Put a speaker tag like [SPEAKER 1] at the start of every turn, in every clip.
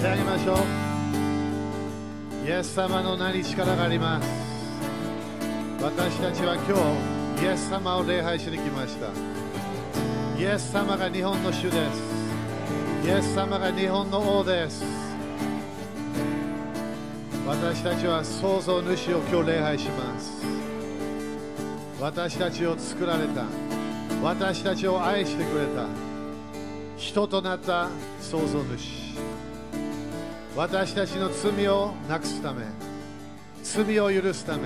[SPEAKER 1] 手上げましょうイエス様の名に力があります私たちは今日イエス様を礼拝しに来ましたイエス様が日本の主ですイエス様が日本の王です私たちは創造主を今日礼拝します私たちを作られた私たちを愛してくれた人となった創造主私たちの罪をなくすため罪を許すため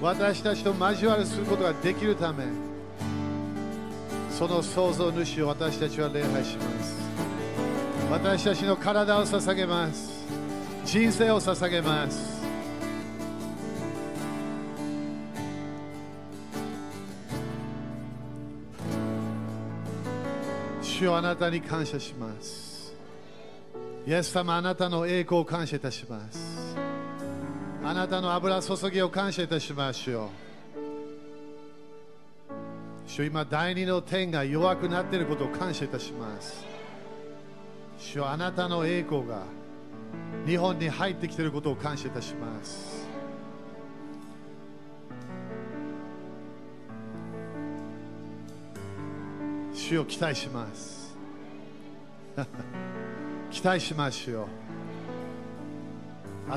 [SPEAKER 1] 私たちと交わりすることができるためその創造主を私たちは礼拝します私たちの体を捧げます人生を捧げます主よあなたに感謝しますイエス様あなたの栄光を感謝いたしますあなたの油注ぎを感謝いたします主よ主今第二の天が弱くなっていることを感謝いたします主よあなたの栄光が日本に入ってきていることを感謝いたします主を期待します 期待します主よ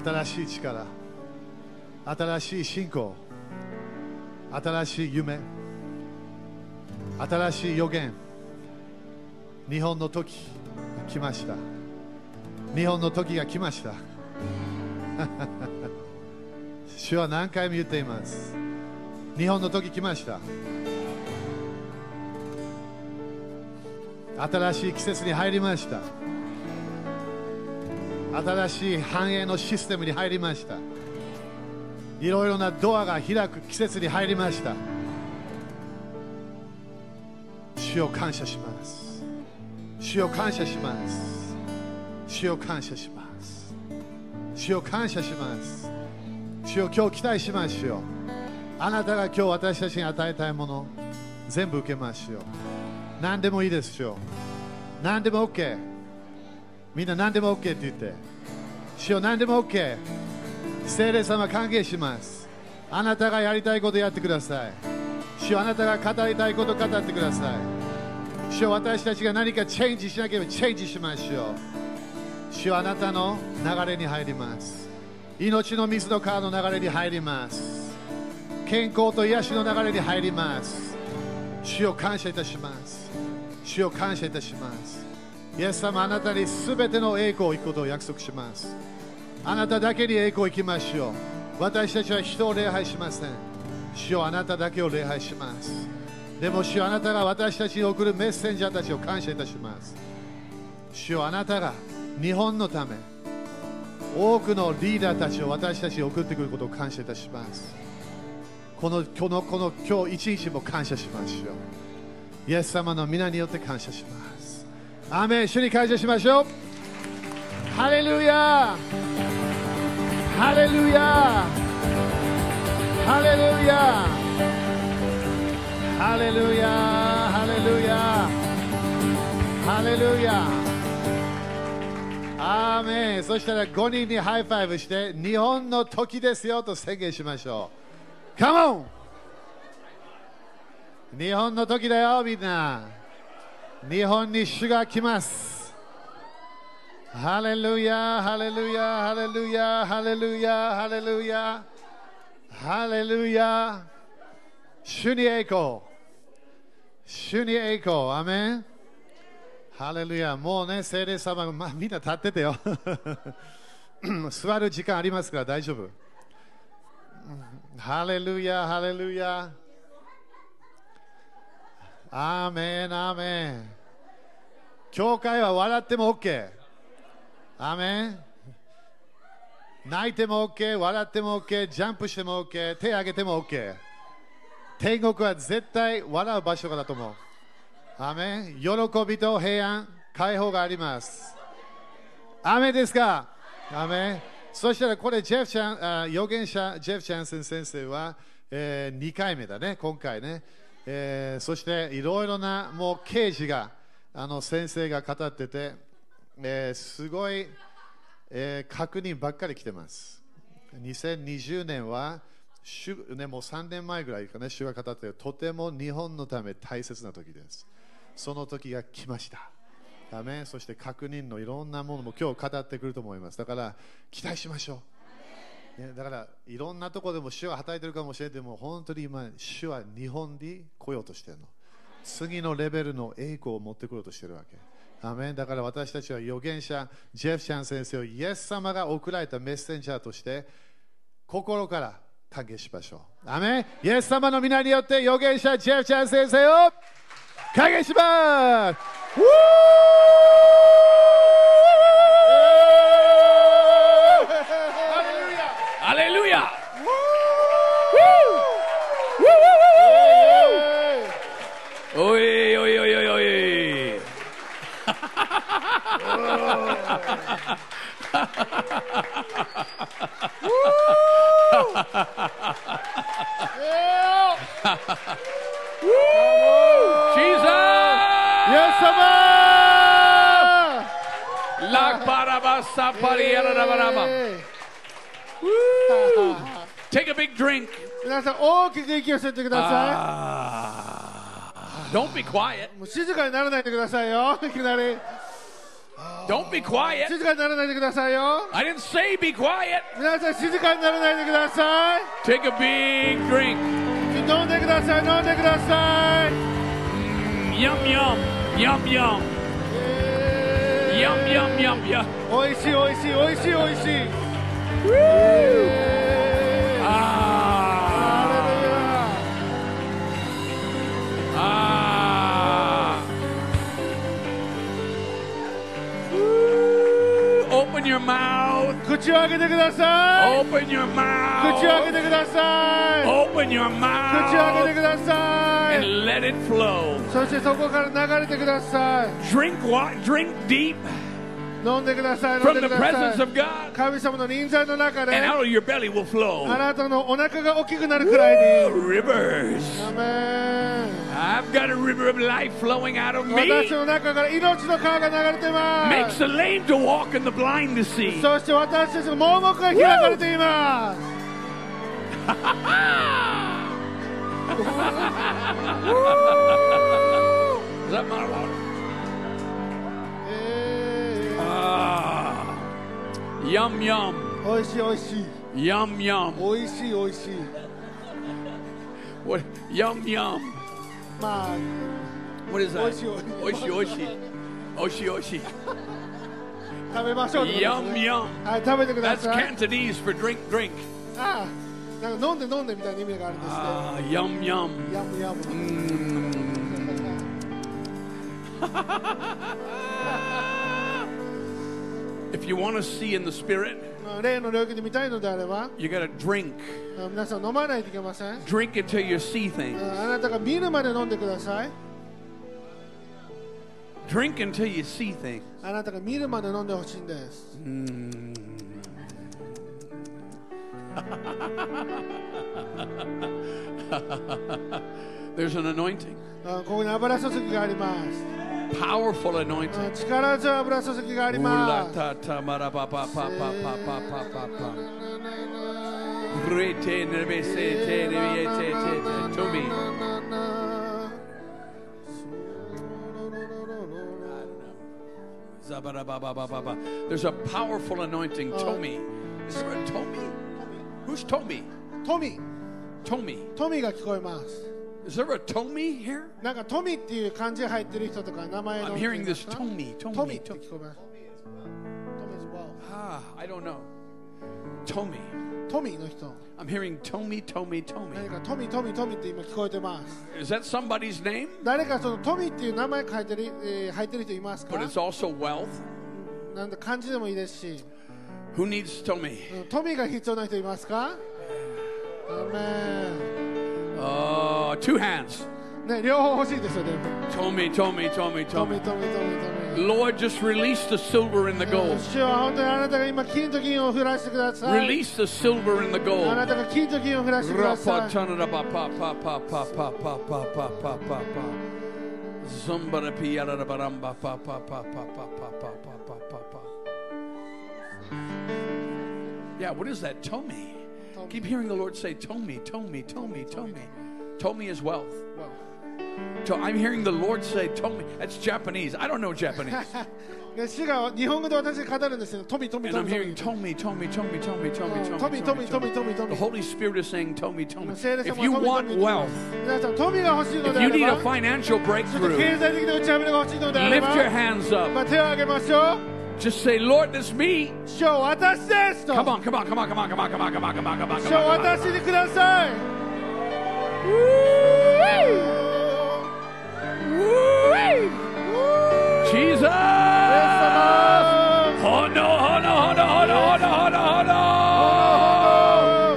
[SPEAKER 1] 新しい力新しい信仰新しい夢新しい予言日本の時来ました日本の時が来ました 主は何回も言っています日本の時来ました新しい季節に入りました新しい繁栄のシステムに入りましたいろいろなドアが開く季節に入りました主を感謝します主を感謝します主を感謝します主を感謝します主を今日期待しましょうあなたが今日私たちに与えたいもの全部受けましょう何でもいいですよ何でも OK みんな何でも OK って言って主よ何でも OK 聖霊様歓迎しますあなたがやりたいことやってください主よあなたが語りたいこと語ってください主よ私たちが何かチェンジしなければチェンジしましょう主はあなたの流れに入ります命の水の川の流れに入ります健康と癒しの流れに入ります主を感謝いたします主を感謝いたしますイエス様あなたに全ての栄光を行くことを約束しますあなただけに栄光を行きましょう私たちは人を礼拝しません主よあなただけを礼拝しますでも主よあなたが私たちに送るメッセンジャーたちを感謝いたします主よあなたが日本のため多くのリーダーたちを私たちに送ってくることを感謝いたしますこのこのこの今日一日も感謝しましょうイエス様の皆によって感謝しますアメン主に感謝しましょうハレルヤハレルヤハレルヤハレルヤハレルヤハレルヤアーメンそしたら5人にハイファイブして日本の時ですよと宣言しましょう Come on 日本の時だよみんな日本に主が来ますハレルヤハレルヤハレルヤハレルヤハレルヤハレルヤ主に栄光主に栄光アメンハレルヤ、もうね、聖霊様、まあ、みんな立っててよ。 座る時間ありますから大丈夫。ハレルヤ、ハレルヤ。アーメン、アーメン。教会は笑っても OK。アーメン。泣いても OK、笑っても OK、ジャンプしても OK、手上げても OK。天国は絶対笑う場所だと思う。アメ喜びと平安、解放があります。雨ですか雨そしたらこれ、ジェフちゃんあ、預言者、ジェフ・チャンセン先生は、えー、2回目だね、今回ね。えー、そして、いろいろな、もう、刑事が、あの、先生が語ってて、えー、すごい、えー確認ばっかり来てます。2020年は主、ね、もう3年前ぐらいかね、主が語っているとても日本のため大切な時です。その時が来ました。アーメンそして確認のいろんなものも今日語ってくると思います。だから期待しましょう。ね、だからいろんなところでも主は働いてるかもしれないでも本当に今、主は日本に来ようとしてるの。次のレベルの栄光を持ってこようとしてるわけ。アーメンだから私たちは預言者、ジェフシャン先生をイエス様が送られたメッセンジャーとして心から歓迎しましょう。アーメンイエス様の皆によって預言者、ジェフシャン先生を歓迎しますウーハレルヤ
[SPEAKER 2] Hallelujah. おいおいおいおいおい。
[SPEAKER 1] イエス
[SPEAKER 2] Jesus!
[SPEAKER 1] 様
[SPEAKER 2] La parabasa pariela da barama.
[SPEAKER 1] えー
[SPEAKER 2] Take a big drink.
[SPEAKER 1] 皆さん大きく息を吸ってくださ
[SPEAKER 2] Ah. Don't be quiet.
[SPEAKER 1] いもう静かにならないでくださいよいきなり
[SPEAKER 2] Don't be quiet.
[SPEAKER 1] 静かにならないでくださいよ
[SPEAKER 2] I didn't say be quiet.
[SPEAKER 1] 皆さん静かにならないでください
[SPEAKER 2] Take a big drink.
[SPEAKER 1] 飲んでください飲んでください
[SPEAKER 2] Yum yum. Yum yum. Yum yum yum yum.
[SPEAKER 1] おいしいおいしいおいしいおいしい
[SPEAKER 2] Ah. Ah. Woo. Open your mouth.
[SPEAKER 1] 口を開けてください
[SPEAKER 2] Open
[SPEAKER 1] 口を開
[SPEAKER 2] your mouth.
[SPEAKER 1] けてください
[SPEAKER 2] Open your
[SPEAKER 1] 口を開けて
[SPEAKER 2] mouth
[SPEAKER 1] ください
[SPEAKER 2] and let it flow.
[SPEAKER 1] そしてそこから流れてください
[SPEAKER 2] Drink what? Drink deep
[SPEAKER 1] 飲んでください飲ん
[SPEAKER 2] from
[SPEAKER 1] でく
[SPEAKER 2] the
[SPEAKER 1] だ
[SPEAKER 2] presence
[SPEAKER 1] さい
[SPEAKER 2] of God,
[SPEAKER 1] 神様の臨在の中で
[SPEAKER 2] and
[SPEAKER 1] あ
[SPEAKER 2] out of your belly will flow
[SPEAKER 1] なたのお腹が大きくなるくらいに
[SPEAKER 2] rivers.
[SPEAKER 1] アメン
[SPEAKER 2] I've got a river of life flowing out
[SPEAKER 1] Oh,
[SPEAKER 2] of me.
[SPEAKER 1] 私の中から命の川が流れていま
[SPEAKER 2] Makes
[SPEAKER 1] す
[SPEAKER 2] the lame to walk and the blind to see.
[SPEAKER 1] そして私たちの盲目が開かれています
[SPEAKER 2] Is that my water?
[SPEAKER 1] え
[SPEAKER 2] Ah, yum yum
[SPEAKER 1] ー、おいしいおいしい
[SPEAKER 2] yum yum.
[SPEAKER 1] おいしいおいしい
[SPEAKER 2] What yum yum?
[SPEAKER 1] まあ
[SPEAKER 2] What is that?
[SPEAKER 1] Oishi,
[SPEAKER 2] oishi
[SPEAKER 1] oishi.
[SPEAKER 2] oishi oishi
[SPEAKER 1] 食べましょうって
[SPEAKER 2] oishi.
[SPEAKER 1] ことです
[SPEAKER 2] Yum
[SPEAKER 1] ね
[SPEAKER 2] yum.
[SPEAKER 1] はい食べてくだ
[SPEAKER 2] That's
[SPEAKER 1] さい
[SPEAKER 2] Cantonese for drink drink.
[SPEAKER 1] ああなんか飲んで飲んでみたいな意味があるんですね
[SPEAKER 2] Ah, yum yum.
[SPEAKER 1] やむやむ
[SPEAKER 2] Mm. If you want to see in the spirit,
[SPEAKER 1] まあ例の領域で見たいのであれば
[SPEAKER 2] you got to drink.
[SPEAKER 1] あ皆さん飲まないといけませんあ
[SPEAKER 2] Drink until you see things.
[SPEAKER 1] あなたが見るまで飲んでください
[SPEAKER 2] Drink until you see things.
[SPEAKER 1] あなたが見るまで飲んでほしいんです
[SPEAKER 2] There's an anointing,
[SPEAKER 1] あここに油注ぎがあります
[SPEAKER 2] powerful anointing.
[SPEAKER 1] あ力強い油注ぎがあり
[SPEAKER 2] Ooh, la
[SPEAKER 1] ます
[SPEAKER 2] ta ta ma ra pa pa pa pa pa pa pa pa pa. Re te ne be se te ne be ye te te te. To me. Za ba ra ba ba ba ba ba. There's a powerful anointing. Tomi. Is there a Tomi? Who's Tomi?
[SPEAKER 1] 富
[SPEAKER 2] Tomi.
[SPEAKER 1] 富が聞こえます
[SPEAKER 2] Is there a Tomi here?
[SPEAKER 1] なんか富っていう漢字入ってる人とか名前の人
[SPEAKER 2] I'm
[SPEAKER 1] い
[SPEAKER 2] hearing
[SPEAKER 1] ま
[SPEAKER 2] this
[SPEAKER 1] すか
[SPEAKER 2] Tomi.
[SPEAKER 1] 富
[SPEAKER 2] Tomi.
[SPEAKER 1] って聞こえます
[SPEAKER 2] Ah, I don't know. Tomi.
[SPEAKER 1] 富の人
[SPEAKER 2] I'm hearing Tomi, Tomi, Tomi.
[SPEAKER 1] 何か富富富って今聞こえてます
[SPEAKER 2] Is that somebody's name?
[SPEAKER 1] 誰かその富っていう名前書いてる、えー入ってる人いますか
[SPEAKER 2] But it's also wealth.
[SPEAKER 1] なんで漢字でもいいですし
[SPEAKER 2] Who needs Tomi?
[SPEAKER 1] 富が必要な人いますかアメ
[SPEAKER 2] Uh, two hands.
[SPEAKER 1] ンね両方欲しいですよね
[SPEAKER 2] Tomi, Tomi, Tomi,
[SPEAKER 1] 富
[SPEAKER 2] Tomi.
[SPEAKER 1] 富富富
[SPEAKER 2] Lord, just release the silver and the gold.
[SPEAKER 1] 主は本当にあなたが今金と銀を降らしてください
[SPEAKER 2] Release the silver and the
[SPEAKER 1] あ
[SPEAKER 2] gold.
[SPEAKER 1] なたが金と銀を降らしてください
[SPEAKER 2] Zumbara Yeah, what is that? Tomi.
[SPEAKER 3] Tomi.
[SPEAKER 2] Keep hearing the Lord say, Tomi, Tomi, Tomi, Tomi. Tomi is wealth.
[SPEAKER 3] Well,
[SPEAKER 2] So I'm hearing the Lord say, Tomi. That's Japanese. I don't know Japanese.
[SPEAKER 3] で主が日本語で私が語るんですけど、富、富、
[SPEAKER 2] and
[SPEAKER 3] 富、
[SPEAKER 2] I'm hearing。
[SPEAKER 3] 富
[SPEAKER 2] Tomi, Tomi, Tomi, Tomi, Tomi,
[SPEAKER 3] う
[SPEAKER 2] Tomi.
[SPEAKER 3] ん富、富、富、富、
[SPEAKER 2] The
[SPEAKER 3] 富。
[SPEAKER 2] Holy Spirit is saying, Tomi, Tomi.
[SPEAKER 3] 聖霊様
[SPEAKER 2] If you
[SPEAKER 3] 富富
[SPEAKER 2] want
[SPEAKER 3] 富
[SPEAKER 2] wealth,
[SPEAKER 3] 皆さん、富が欲しいの
[SPEAKER 2] if
[SPEAKER 3] で
[SPEAKER 2] you
[SPEAKER 3] あ
[SPEAKER 2] need
[SPEAKER 3] れ
[SPEAKER 2] a
[SPEAKER 3] ば、
[SPEAKER 2] financial
[SPEAKER 3] ちょっと
[SPEAKER 2] breakthrough,
[SPEAKER 3] 経済的な打ち破りが欲しいのであれ
[SPEAKER 2] lift your
[SPEAKER 3] ば、
[SPEAKER 2] hands up.
[SPEAKER 3] まあ手を挙げましょう。
[SPEAKER 2] Just say, Lord, that's me.
[SPEAKER 3] 主よ私ですと。
[SPEAKER 2] Come on, come on, come on, come on, come on, come on, come on, come on, come on.
[SPEAKER 3] 主よ
[SPEAKER 2] Come on, come
[SPEAKER 3] 私
[SPEAKER 2] on.
[SPEAKER 3] にください。
[SPEAKER 2] Jesus!
[SPEAKER 3] イエス様
[SPEAKER 2] Hono, hono, hono, hono, hono, hono,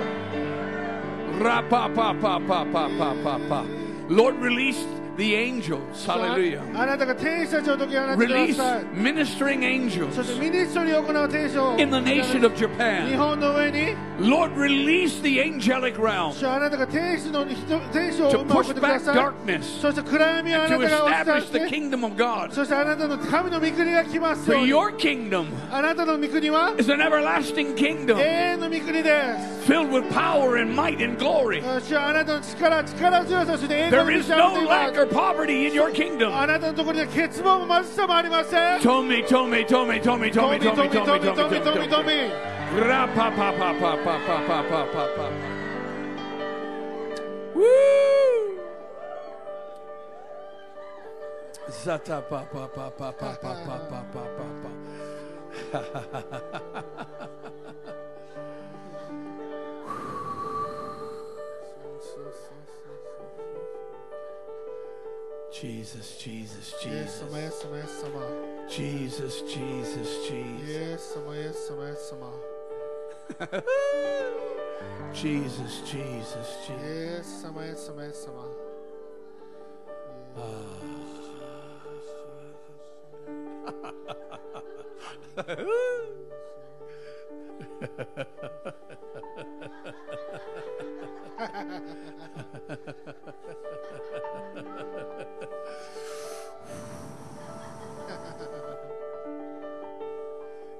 [SPEAKER 2] hono. Ra, pa, pa, pa, pa, pa, pa, pa, pa. Lord, release the angels.
[SPEAKER 3] あ
[SPEAKER 2] Hallelujah.
[SPEAKER 3] あなたが天使たちを解き放ってくだ
[SPEAKER 2] Release
[SPEAKER 3] さい
[SPEAKER 2] ministering
[SPEAKER 3] そし
[SPEAKER 2] angels
[SPEAKER 3] てミニストリーを行う天使を
[SPEAKER 2] in the nation of
[SPEAKER 3] 日
[SPEAKER 2] Japan.
[SPEAKER 3] 本の上に
[SPEAKER 2] Lord, release the angelic realm
[SPEAKER 3] 主よあなたが天使の人天使を
[SPEAKER 2] to
[SPEAKER 3] うま
[SPEAKER 2] push
[SPEAKER 3] く送ってくだ
[SPEAKER 2] back
[SPEAKER 3] さい
[SPEAKER 2] darkness,
[SPEAKER 3] そして暗闇をあな
[SPEAKER 2] to
[SPEAKER 3] たが押
[SPEAKER 2] establish
[SPEAKER 3] し出
[SPEAKER 2] the
[SPEAKER 3] して
[SPEAKER 2] kingdom of God.
[SPEAKER 3] そしてあなたの神の御国が来ますよ
[SPEAKER 2] For
[SPEAKER 3] うに
[SPEAKER 2] your kingdom
[SPEAKER 3] あなたの御国は
[SPEAKER 2] is an everlasting
[SPEAKER 3] 永
[SPEAKER 2] kingdom
[SPEAKER 3] 遠の御国です。
[SPEAKER 2] filled with power and might and glory.
[SPEAKER 3] 主よあなたの力、力強さ、そして永遠の
[SPEAKER 2] There
[SPEAKER 3] 御
[SPEAKER 2] is
[SPEAKER 3] 国を
[SPEAKER 2] no
[SPEAKER 3] 持ってい
[SPEAKER 2] lack
[SPEAKER 3] ま
[SPEAKER 2] or poverty in your kingdom.
[SPEAKER 3] す。あなたのところには欠乏も貧しさもありません。
[SPEAKER 2] Tommy, Tommy, Tommy, Tommy,
[SPEAKER 3] ト
[SPEAKER 2] Tommy,
[SPEAKER 3] ミト
[SPEAKER 2] Tommy,
[SPEAKER 3] ミト
[SPEAKER 2] Tommy,
[SPEAKER 3] ミトミ
[SPEAKER 2] Tommy,
[SPEAKER 3] トミ
[SPEAKER 2] Tommy,
[SPEAKER 3] トミ
[SPEAKER 2] Tommy. Ra, pa, pa, pa, pa, pa, pa, pa, pa, pa, pa. Woo! Zata, pa, pa, pa, pa, pa, pa, pa, pa, pa, pa, pa. Jesus, Jesus,
[SPEAKER 3] イエス
[SPEAKER 2] Jesus.
[SPEAKER 3] 様、イエス様、イエス様。
[SPEAKER 2] Jesus, Jesus,
[SPEAKER 3] イ
[SPEAKER 2] Jesus.
[SPEAKER 3] エス様、イエス様、イエス様。
[SPEAKER 2] Jesus, Jesus, Jesus.
[SPEAKER 3] イエス様、イエス様、イエス様。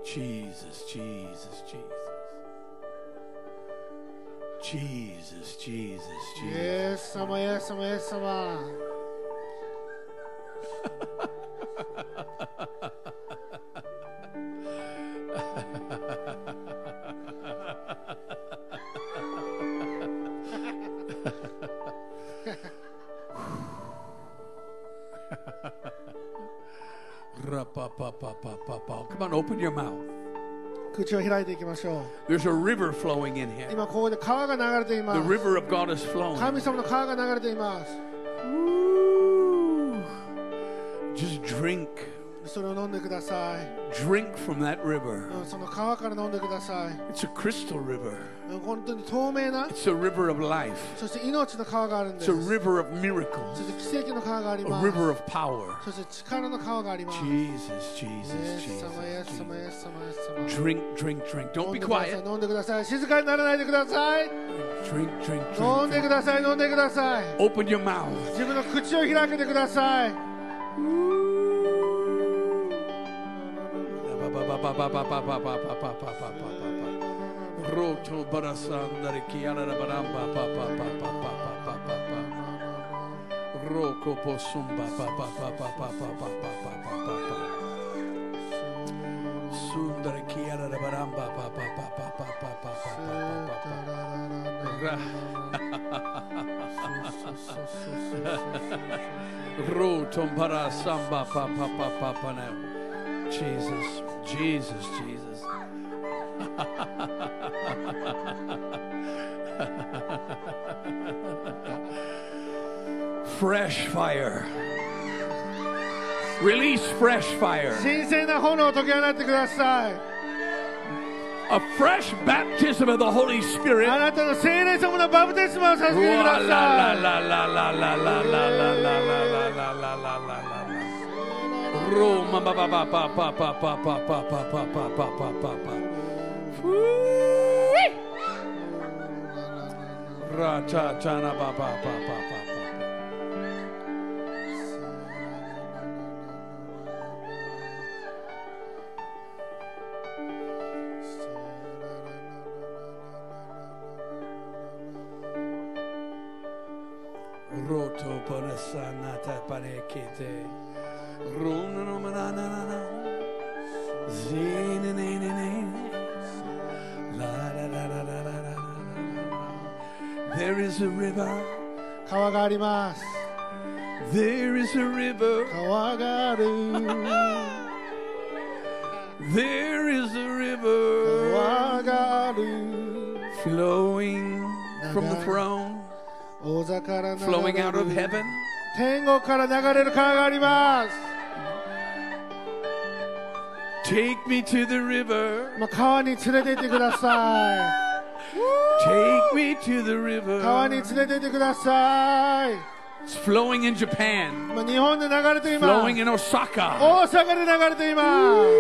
[SPEAKER 2] Jesus, Jesus, Jesus. Jesus, Jesus,
[SPEAKER 3] イ
[SPEAKER 2] Jesus.
[SPEAKER 3] エス様、イエス様、イエス様。
[SPEAKER 2] Ra-pa-pa-pa-pa-pa-pa. Come on, open your mouth.
[SPEAKER 3] 口を開いていきましょ
[SPEAKER 2] There's a river flowing in
[SPEAKER 3] う。
[SPEAKER 2] here.
[SPEAKER 3] 今ここで川が流れていま
[SPEAKER 2] The
[SPEAKER 3] す。
[SPEAKER 2] river of God is flowing.
[SPEAKER 3] 神様の川が流れています。
[SPEAKER 2] Woo. Just drink.
[SPEAKER 3] それを飲んでください。
[SPEAKER 2] Drink from that river.
[SPEAKER 3] うんその川から飲んでください。
[SPEAKER 2] It's a crystal river.
[SPEAKER 3] うん本当に透明な、
[SPEAKER 2] It's a river of life.
[SPEAKER 3] そして命の川があるんで
[SPEAKER 2] It's a
[SPEAKER 3] す。
[SPEAKER 2] river of miracles.
[SPEAKER 3] そして奇跡の川があり
[SPEAKER 2] A
[SPEAKER 3] ます。
[SPEAKER 2] river of power.
[SPEAKER 3] そして力の川があります。イ
[SPEAKER 2] Jesus,
[SPEAKER 3] エ
[SPEAKER 2] Jesus,
[SPEAKER 3] ス様、イエ
[SPEAKER 2] Jesus.
[SPEAKER 3] ス様、イ
[SPEAKER 2] Jesus.
[SPEAKER 3] エス様、イエス様。
[SPEAKER 2] Drink, drink, drink. Don't
[SPEAKER 3] 飲
[SPEAKER 2] be
[SPEAKER 3] んでくださ
[SPEAKER 2] quiet.
[SPEAKER 3] い飲んでください静かにならないでくださ
[SPEAKER 2] Drink,
[SPEAKER 3] い
[SPEAKER 2] drink,
[SPEAKER 3] 飲
[SPEAKER 2] drink.
[SPEAKER 3] んで
[SPEAKER 2] drink.
[SPEAKER 3] ください飲んでください
[SPEAKER 2] Open your mouth.
[SPEAKER 3] 自分の口を開けてください
[SPEAKER 2] Roto barasandari kiara baramba pa pa pa pa pa pa pa pa pa. Roko posumba pa pa pa pa pa pa pa pa pa pa pa pa. Sundari kiara baramba pa pa pa pa pa pa pa pa pa pa pa. Rotom bara samba pa pa pa pa pa now. Jesus, Jesus, Jesus. fresh fire. Release fresh fire.
[SPEAKER 3] 神聖な炎を解き放ってください
[SPEAKER 2] A fresh baptism of the Holy
[SPEAKER 3] あ
[SPEAKER 2] Spirit.
[SPEAKER 3] なたの聖霊様のバプテスマをさせて
[SPEAKER 2] Ooh, la
[SPEAKER 3] くだ
[SPEAKER 2] la
[SPEAKER 3] さ
[SPEAKER 2] la la la la la la la la la la la la la la.
[SPEAKER 3] い
[SPEAKER 2] Room, ba ba ba ba ba ba ba ba ba ba ba ba ba ba ba ba. Woo-wee. Ra-ta-ta-na, ba ba ba ba ba ba. Parasanata Panekite. Runa no manana na na. Zine ne ne ne. La la la la la la la la. There is a river.
[SPEAKER 3] 川があります
[SPEAKER 2] There is a river.
[SPEAKER 3] 川がある
[SPEAKER 2] There is a river
[SPEAKER 3] 川がある
[SPEAKER 2] flowing from the throne,
[SPEAKER 3] 王座から流れ
[SPEAKER 2] flowing out of
[SPEAKER 3] る
[SPEAKER 2] heaven.
[SPEAKER 3] 天国から流れる川があります
[SPEAKER 2] Take me to the river.
[SPEAKER 3] まあ、川に連れて行ってくださ
[SPEAKER 2] Take me to the
[SPEAKER 3] い川に
[SPEAKER 2] river.
[SPEAKER 3] 連れて行ってください、
[SPEAKER 2] It's flowing in Japan,
[SPEAKER 3] まあ、日本で流れています
[SPEAKER 2] flowing in Osaka.
[SPEAKER 3] 大阪で流れています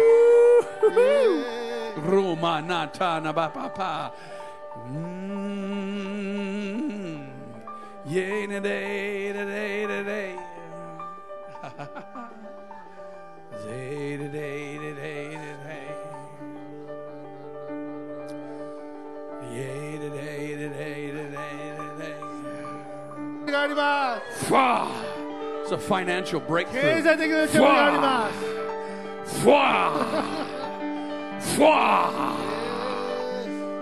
[SPEAKER 2] Roma natana ba pa pa. Mm. Yay today, today, today. Zay today, today, today. Yay today, today, today, today.
[SPEAKER 3] があります
[SPEAKER 2] Fwa! It's a financial
[SPEAKER 3] 経
[SPEAKER 2] breakthrough.
[SPEAKER 3] 済的な力があります
[SPEAKER 2] Fwa! Fwa!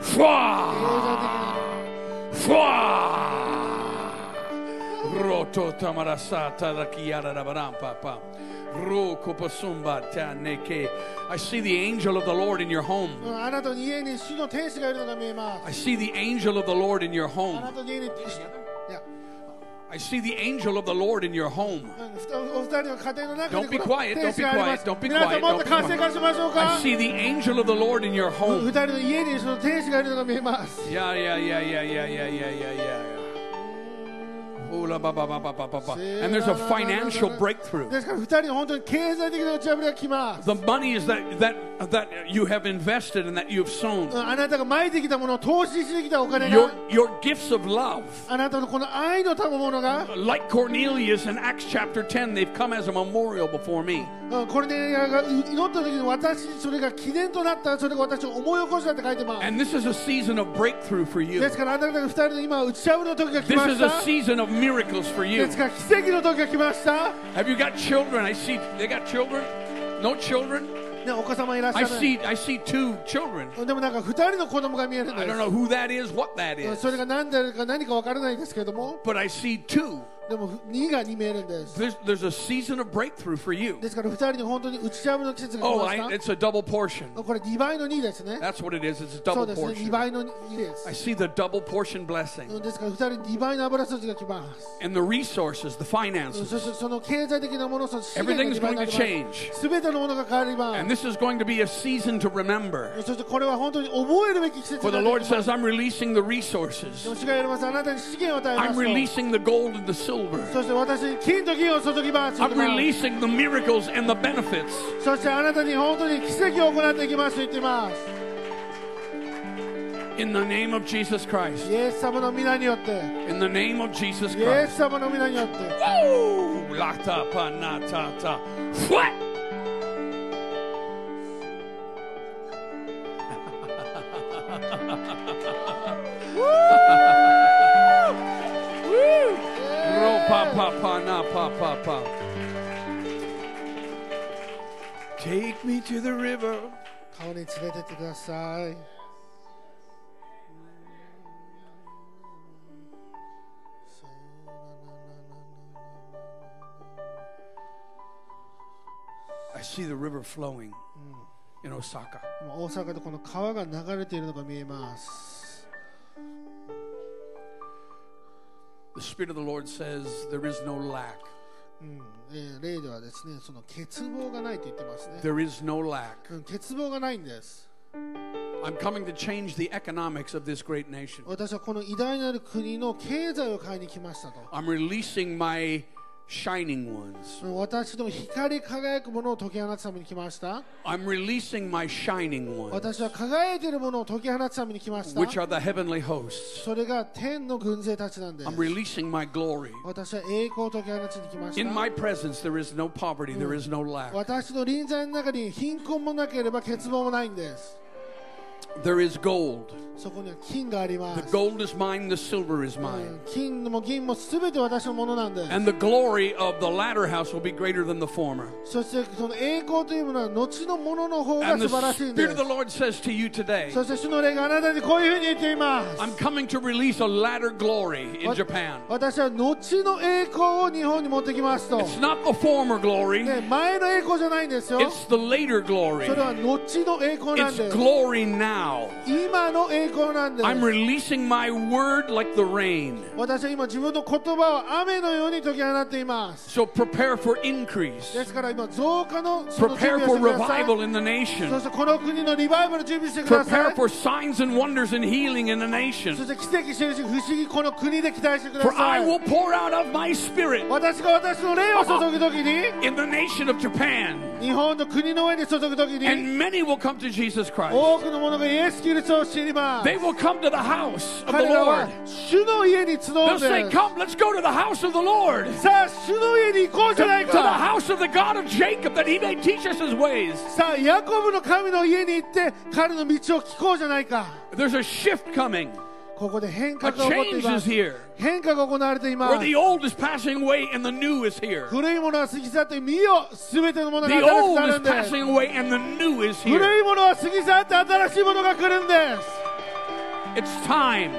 [SPEAKER 2] Fwa! Fwa! Roto tamarasata da kiara da baram papa. Roko posumba ta neke. I see the angel of the Lord in your home.
[SPEAKER 3] あなたの家に主の天使がいるのが見えます
[SPEAKER 2] I see the angel of the Lord in your
[SPEAKER 3] あな
[SPEAKER 2] home.
[SPEAKER 3] たの家にいや
[SPEAKER 2] I see the angel of the Lord in your home.
[SPEAKER 3] お二人の家庭の中
[SPEAKER 2] Don't be
[SPEAKER 3] にこの
[SPEAKER 2] quiet,
[SPEAKER 3] 天
[SPEAKER 2] don't
[SPEAKER 3] 使
[SPEAKER 2] be
[SPEAKER 3] がありま
[SPEAKER 2] quiet,
[SPEAKER 3] す
[SPEAKER 2] don't be
[SPEAKER 3] 皆さ
[SPEAKER 2] quiet.
[SPEAKER 3] んもっ
[SPEAKER 2] Don't
[SPEAKER 3] と
[SPEAKER 2] be
[SPEAKER 3] 活性化
[SPEAKER 2] quiet.
[SPEAKER 3] しましょうか
[SPEAKER 2] I see the angel of the Lord in your
[SPEAKER 3] 二
[SPEAKER 2] home.
[SPEAKER 3] 人の家にその天使がいるのが見えます
[SPEAKER 2] Yeah, yeah, yeah, yeah, yeah, yeah, yeah, yeah, yeah. Ooh, la, ba, ba, ba, ba, ba, ba, ba. And there's a financial breakthrough.
[SPEAKER 3] ですから二人の本当に経済的な打ち破りが来ます
[SPEAKER 2] The money is that that that you have invested and that you've sown.
[SPEAKER 3] あなたが撒いてきたものを投資してきたお金が
[SPEAKER 2] Your your gifts of love,
[SPEAKER 3] あなたのこの愛の賜物が
[SPEAKER 2] like Cornelius in Acts chapter 10, they've come as a memorial before me.
[SPEAKER 3] うんこれでが祈った時に私にそれが記念となったそれが私を思い起こしたって書いてます
[SPEAKER 2] And this is a season of breakthrough for you.
[SPEAKER 3] ですからあなたが二人の今打ち破りの時が来
[SPEAKER 2] This
[SPEAKER 3] ま
[SPEAKER 2] is
[SPEAKER 3] し
[SPEAKER 2] a
[SPEAKER 3] た
[SPEAKER 2] season of miracles for
[SPEAKER 3] で
[SPEAKER 2] you.
[SPEAKER 3] すから奇跡の時が来ました、
[SPEAKER 2] Have you got children? I see they got children. No children.
[SPEAKER 3] ね、お子様いらっしゃ
[SPEAKER 2] I
[SPEAKER 3] る
[SPEAKER 2] see I see two children.
[SPEAKER 3] でもなんか二人の子供が見えるん
[SPEAKER 2] I
[SPEAKER 3] で
[SPEAKER 2] don't know who that is, what that
[SPEAKER 3] す
[SPEAKER 2] is.
[SPEAKER 3] それが何であるか何かわからないですけれども
[SPEAKER 2] But I see two.
[SPEAKER 3] でも2が2見えるんです
[SPEAKER 2] There's, there's a season of breakthrough for you.
[SPEAKER 3] ですから二人に本当に打ち破りの季節が
[SPEAKER 2] Oh,
[SPEAKER 3] 来ま
[SPEAKER 2] I,
[SPEAKER 3] し
[SPEAKER 2] it's
[SPEAKER 3] た
[SPEAKER 2] a double portion.
[SPEAKER 3] これ2倍の2ですね
[SPEAKER 2] That's what it is. It's a
[SPEAKER 3] そ
[SPEAKER 2] double
[SPEAKER 3] うですね
[SPEAKER 2] portion.
[SPEAKER 3] 2倍の2で
[SPEAKER 2] I
[SPEAKER 3] す
[SPEAKER 2] see the double portion blessing
[SPEAKER 3] ですから二人に2倍の油筋が来ます
[SPEAKER 2] and the resources, the
[SPEAKER 3] そ
[SPEAKER 2] finances.
[SPEAKER 3] してその経済的なものその資源
[SPEAKER 2] Everything's
[SPEAKER 3] が
[SPEAKER 2] going
[SPEAKER 3] 2倍
[SPEAKER 2] to
[SPEAKER 3] になりま
[SPEAKER 2] change.
[SPEAKER 3] す全てのものが変わりま
[SPEAKER 2] And this is going to be a season to remember.
[SPEAKER 3] すそしてこれは本当に覚えるべき季節
[SPEAKER 2] For
[SPEAKER 3] に
[SPEAKER 2] the
[SPEAKER 3] なっ
[SPEAKER 2] Lord
[SPEAKER 3] てきます
[SPEAKER 2] says, I'm releasing the resources,
[SPEAKER 3] 主がやりますあなたに資源を与えま
[SPEAKER 2] I'm
[SPEAKER 3] す
[SPEAKER 2] releasing the gold and the silver,
[SPEAKER 3] とそして私に金と銀を注ぎます
[SPEAKER 2] I'm releasing the miracles and the benefits.
[SPEAKER 3] そしてあなたに本当に奇跡を行っていきますと言っています
[SPEAKER 2] In the name of Jesus
[SPEAKER 3] イ
[SPEAKER 2] Christ.
[SPEAKER 3] エス様の皆によってイ
[SPEAKER 2] In the name of Jesus
[SPEAKER 3] エ
[SPEAKER 2] Christ.
[SPEAKER 3] ス様の皆によって
[SPEAKER 2] Woo! Lata panatata. What? Woo! Ro pa pa pa na pa pa pa. Take me to the river.
[SPEAKER 3] 川に連れてってください
[SPEAKER 2] I see the river flowing in Osaka.
[SPEAKER 3] 今大阪でこの川が流れているのが見えます、
[SPEAKER 2] The Spirit of the Lord says there is no lack.
[SPEAKER 3] うんえー例ではですねその欠乏がないと言ってますね、
[SPEAKER 2] There is no lack.
[SPEAKER 3] うん、欠乏がないんです
[SPEAKER 2] I'm coming to change the economics of this great nation.
[SPEAKER 3] 私はこの偉大なる国の経済を変えに来ましたと
[SPEAKER 2] I'm releasing my shining ones.
[SPEAKER 3] うん私ども光り輝くものを解き放つために来ました
[SPEAKER 2] I'm releasing my shining ones,
[SPEAKER 3] 私は輝いているものを解き放つために来ました
[SPEAKER 2] which are the heavenly hosts.
[SPEAKER 3] それが天の軍勢たちなんです
[SPEAKER 2] I'm releasing my glory.
[SPEAKER 3] 私は栄光を解き放ちに来まし
[SPEAKER 2] In
[SPEAKER 3] た
[SPEAKER 2] my presence, there is no poverty, there is no lack.
[SPEAKER 3] 私の臨在の中に貧困もなければ欠乏もないんです
[SPEAKER 2] There is gold,
[SPEAKER 3] そこには金がありま
[SPEAKER 2] The
[SPEAKER 3] す
[SPEAKER 2] gold is mine, the silver is
[SPEAKER 3] う
[SPEAKER 2] mine.
[SPEAKER 3] ん金も銀も全て私のものなんです
[SPEAKER 2] And the glory of the latter house will be greater than the former.
[SPEAKER 3] そしてその栄光というものは後のものの方が
[SPEAKER 2] And
[SPEAKER 3] 素
[SPEAKER 2] the
[SPEAKER 3] 晴らしいんで
[SPEAKER 2] Spirit
[SPEAKER 3] す
[SPEAKER 2] of the Lord says to you today,
[SPEAKER 3] そして主の霊があなたにこういうふうに言っています
[SPEAKER 2] I'm coming to release a latter glory in Japan.
[SPEAKER 3] 私は後の栄光を日本に持ってきますと、
[SPEAKER 2] It's not the former glory,
[SPEAKER 3] ね、前の栄光じゃないんですよ
[SPEAKER 2] it's the later glory.
[SPEAKER 3] それは後の栄光なん
[SPEAKER 2] It's
[SPEAKER 3] です
[SPEAKER 2] glory now.
[SPEAKER 3] 今の栄光なんで
[SPEAKER 2] I'm
[SPEAKER 3] す
[SPEAKER 2] releasing my word like the rain.
[SPEAKER 3] 私は今自分の言葉を雨のように解き放っています
[SPEAKER 2] So prepare for increase.
[SPEAKER 3] ですから今増加のその準
[SPEAKER 2] Prepare
[SPEAKER 3] 備を
[SPEAKER 2] for
[SPEAKER 3] してください
[SPEAKER 2] revival in the
[SPEAKER 3] そ
[SPEAKER 2] nation.
[SPEAKER 3] してこの国のリバイバル準備してくださ
[SPEAKER 2] Prepare
[SPEAKER 3] い
[SPEAKER 2] for signs and wonders and healing in the
[SPEAKER 3] そ
[SPEAKER 2] nation.
[SPEAKER 3] して奇跡印不思議この国で期待してくだ
[SPEAKER 2] For
[SPEAKER 3] さ
[SPEAKER 2] I
[SPEAKER 3] い
[SPEAKER 2] will pour out of my spirit
[SPEAKER 3] 私が私の霊を注ぐ時に
[SPEAKER 2] in the nation of Japan.
[SPEAKER 3] 日本の国の上に注ぐ時に
[SPEAKER 2] And many will come to Jesus Christ.
[SPEAKER 3] 多くの者がイエス・キリストを知ります
[SPEAKER 2] They will come to the house of the
[SPEAKER 3] 彼らは
[SPEAKER 2] Lord.
[SPEAKER 3] 主の家に集うん
[SPEAKER 2] They'll
[SPEAKER 3] で
[SPEAKER 2] say,
[SPEAKER 3] す
[SPEAKER 2] Come, let's go to the house of the Lord.
[SPEAKER 3] さあ主の家に行こうじゃな
[SPEAKER 2] To
[SPEAKER 3] い
[SPEAKER 2] the
[SPEAKER 3] か
[SPEAKER 2] house of the God of Jacob that he may teach us his ways.
[SPEAKER 3] さあヤコブの神の家に行って彼の道を聞こうじゃないか
[SPEAKER 2] There's a shift coming.
[SPEAKER 3] ここで変
[SPEAKER 2] A
[SPEAKER 3] 革が起こってい
[SPEAKER 2] change
[SPEAKER 3] ま
[SPEAKER 2] is
[SPEAKER 3] す
[SPEAKER 2] here.
[SPEAKER 3] 変化が行われていま
[SPEAKER 2] Where
[SPEAKER 3] す
[SPEAKER 2] the old is passing away and the new Ah. is here.
[SPEAKER 3] 古いものは過ぎ去って見よ全てのものが
[SPEAKER 2] The
[SPEAKER 3] 新しく
[SPEAKER 2] old is
[SPEAKER 3] なるんです
[SPEAKER 2] passing away and the new is
[SPEAKER 3] 古
[SPEAKER 2] here.
[SPEAKER 3] いものは過ぎ去って新しいものが来るんです
[SPEAKER 2] It's time.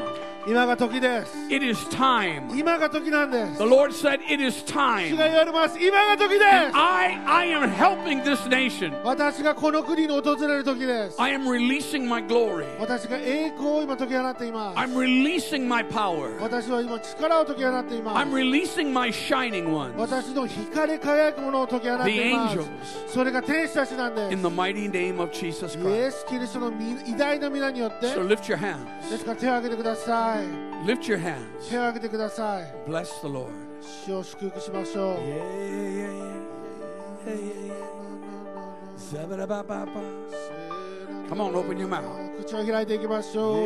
[SPEAKER 3] 今が時です
[SPEAKER 2] It is time.
[SPEAKER 3] 今が時なんです
[SPEAKER 2] The Lord said, It is
[SPEAKER 3] 主
[SPEAKER 2] time. And
[SPEAKER 3] が言われます今が時です
[SPEAKER 2] I, I am helping this nation.
[SPEAKER 3] 私がこの国に訪れる時です
[SPEAKER 2] I am releasing my glory.
[SPEAKER 3] 私が栄光を今解き放っています
[SPEAKER 2] I'm releasing my power.
[SPEAKER 3] 私は今力を解き放っていま
[SPEAKER 2] I'm
[SPEAKER 3] す
[SPEAKER 2] releasing my shining ones
[SPEAKER 3] 私の光り輝くものを解き放っています
[SPEAKER 2] The
[SPEAKER 3] それが天使たちなんで
[SPEAKER 2] in the mighty name of Jesus
[SPEAKER 3] すイエ
[SPEAKER 2] Christ.
[SPEAKER 3] ス・キリストの皆偉大な皆によって
[SPEAKER 2] So
[SPEAKER 3] で
[SPEAKER 2] lift your hands.
[SPEAKER 3] すから手を挙げてください
[SPEAKER 2] Lift your hands.
[SPEAKER 3] 手を挙げてください
[SPEAKER 2] Bless the Lord.
[SPEAKER 3] 主を祝福しましょう
[SPEAKER 2] Yeah, yeah, yeah. Yeah, yeah, yeah. Zabba-da-ba-ba-ba. Come on, open your mouth.
[SPEAKER 3] 口を開いていきましょう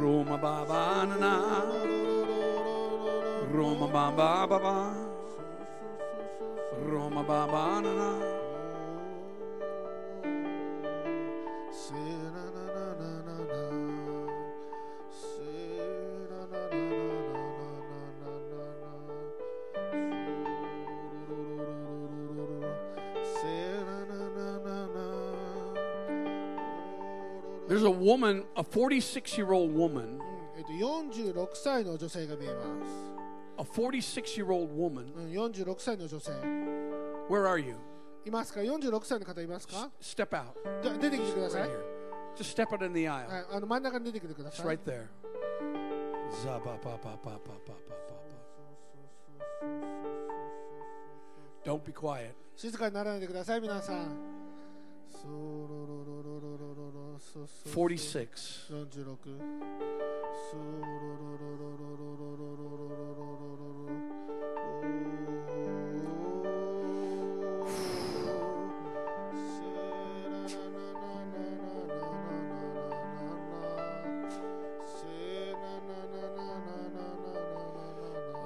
[SPEAKER 2] Roma ba ba na na. Roma ba ba ba ba. Roma ba ba na na. There's a woman, a 46 year old woman,
[SPEAKER 3] えっと、46歳の女性が見えます。
[SPEAKER 2] a 46 year old woman.
[SPEAKER 3] うん、46歳の女性。
[SPEAKER 2] Where are you?
[SPEAKER 3] いますか ?46 歳の方いますか
[SPEAKER 2] Step out
[SPEAKER 3] じゃ出てきてください。
[SPEAKER 2] right
[SPEAKER 3] はい
[SPEAKER 2] here. Just step out in the aisle.、
[SPEAKER 3] あの真ん中に出てきてくだ
[SPEAKER 2] It's
[SPEAKER 3] さい
[SPEAKER 2] right。there. Za-ba-ba-ba-ba-ba-ba-ba-ba. Don't be quiet.
[SPEAKER 3] 静かにならないでください、皆さん。
[SPEAKER 2] 46.
[SPEAKER 3] 46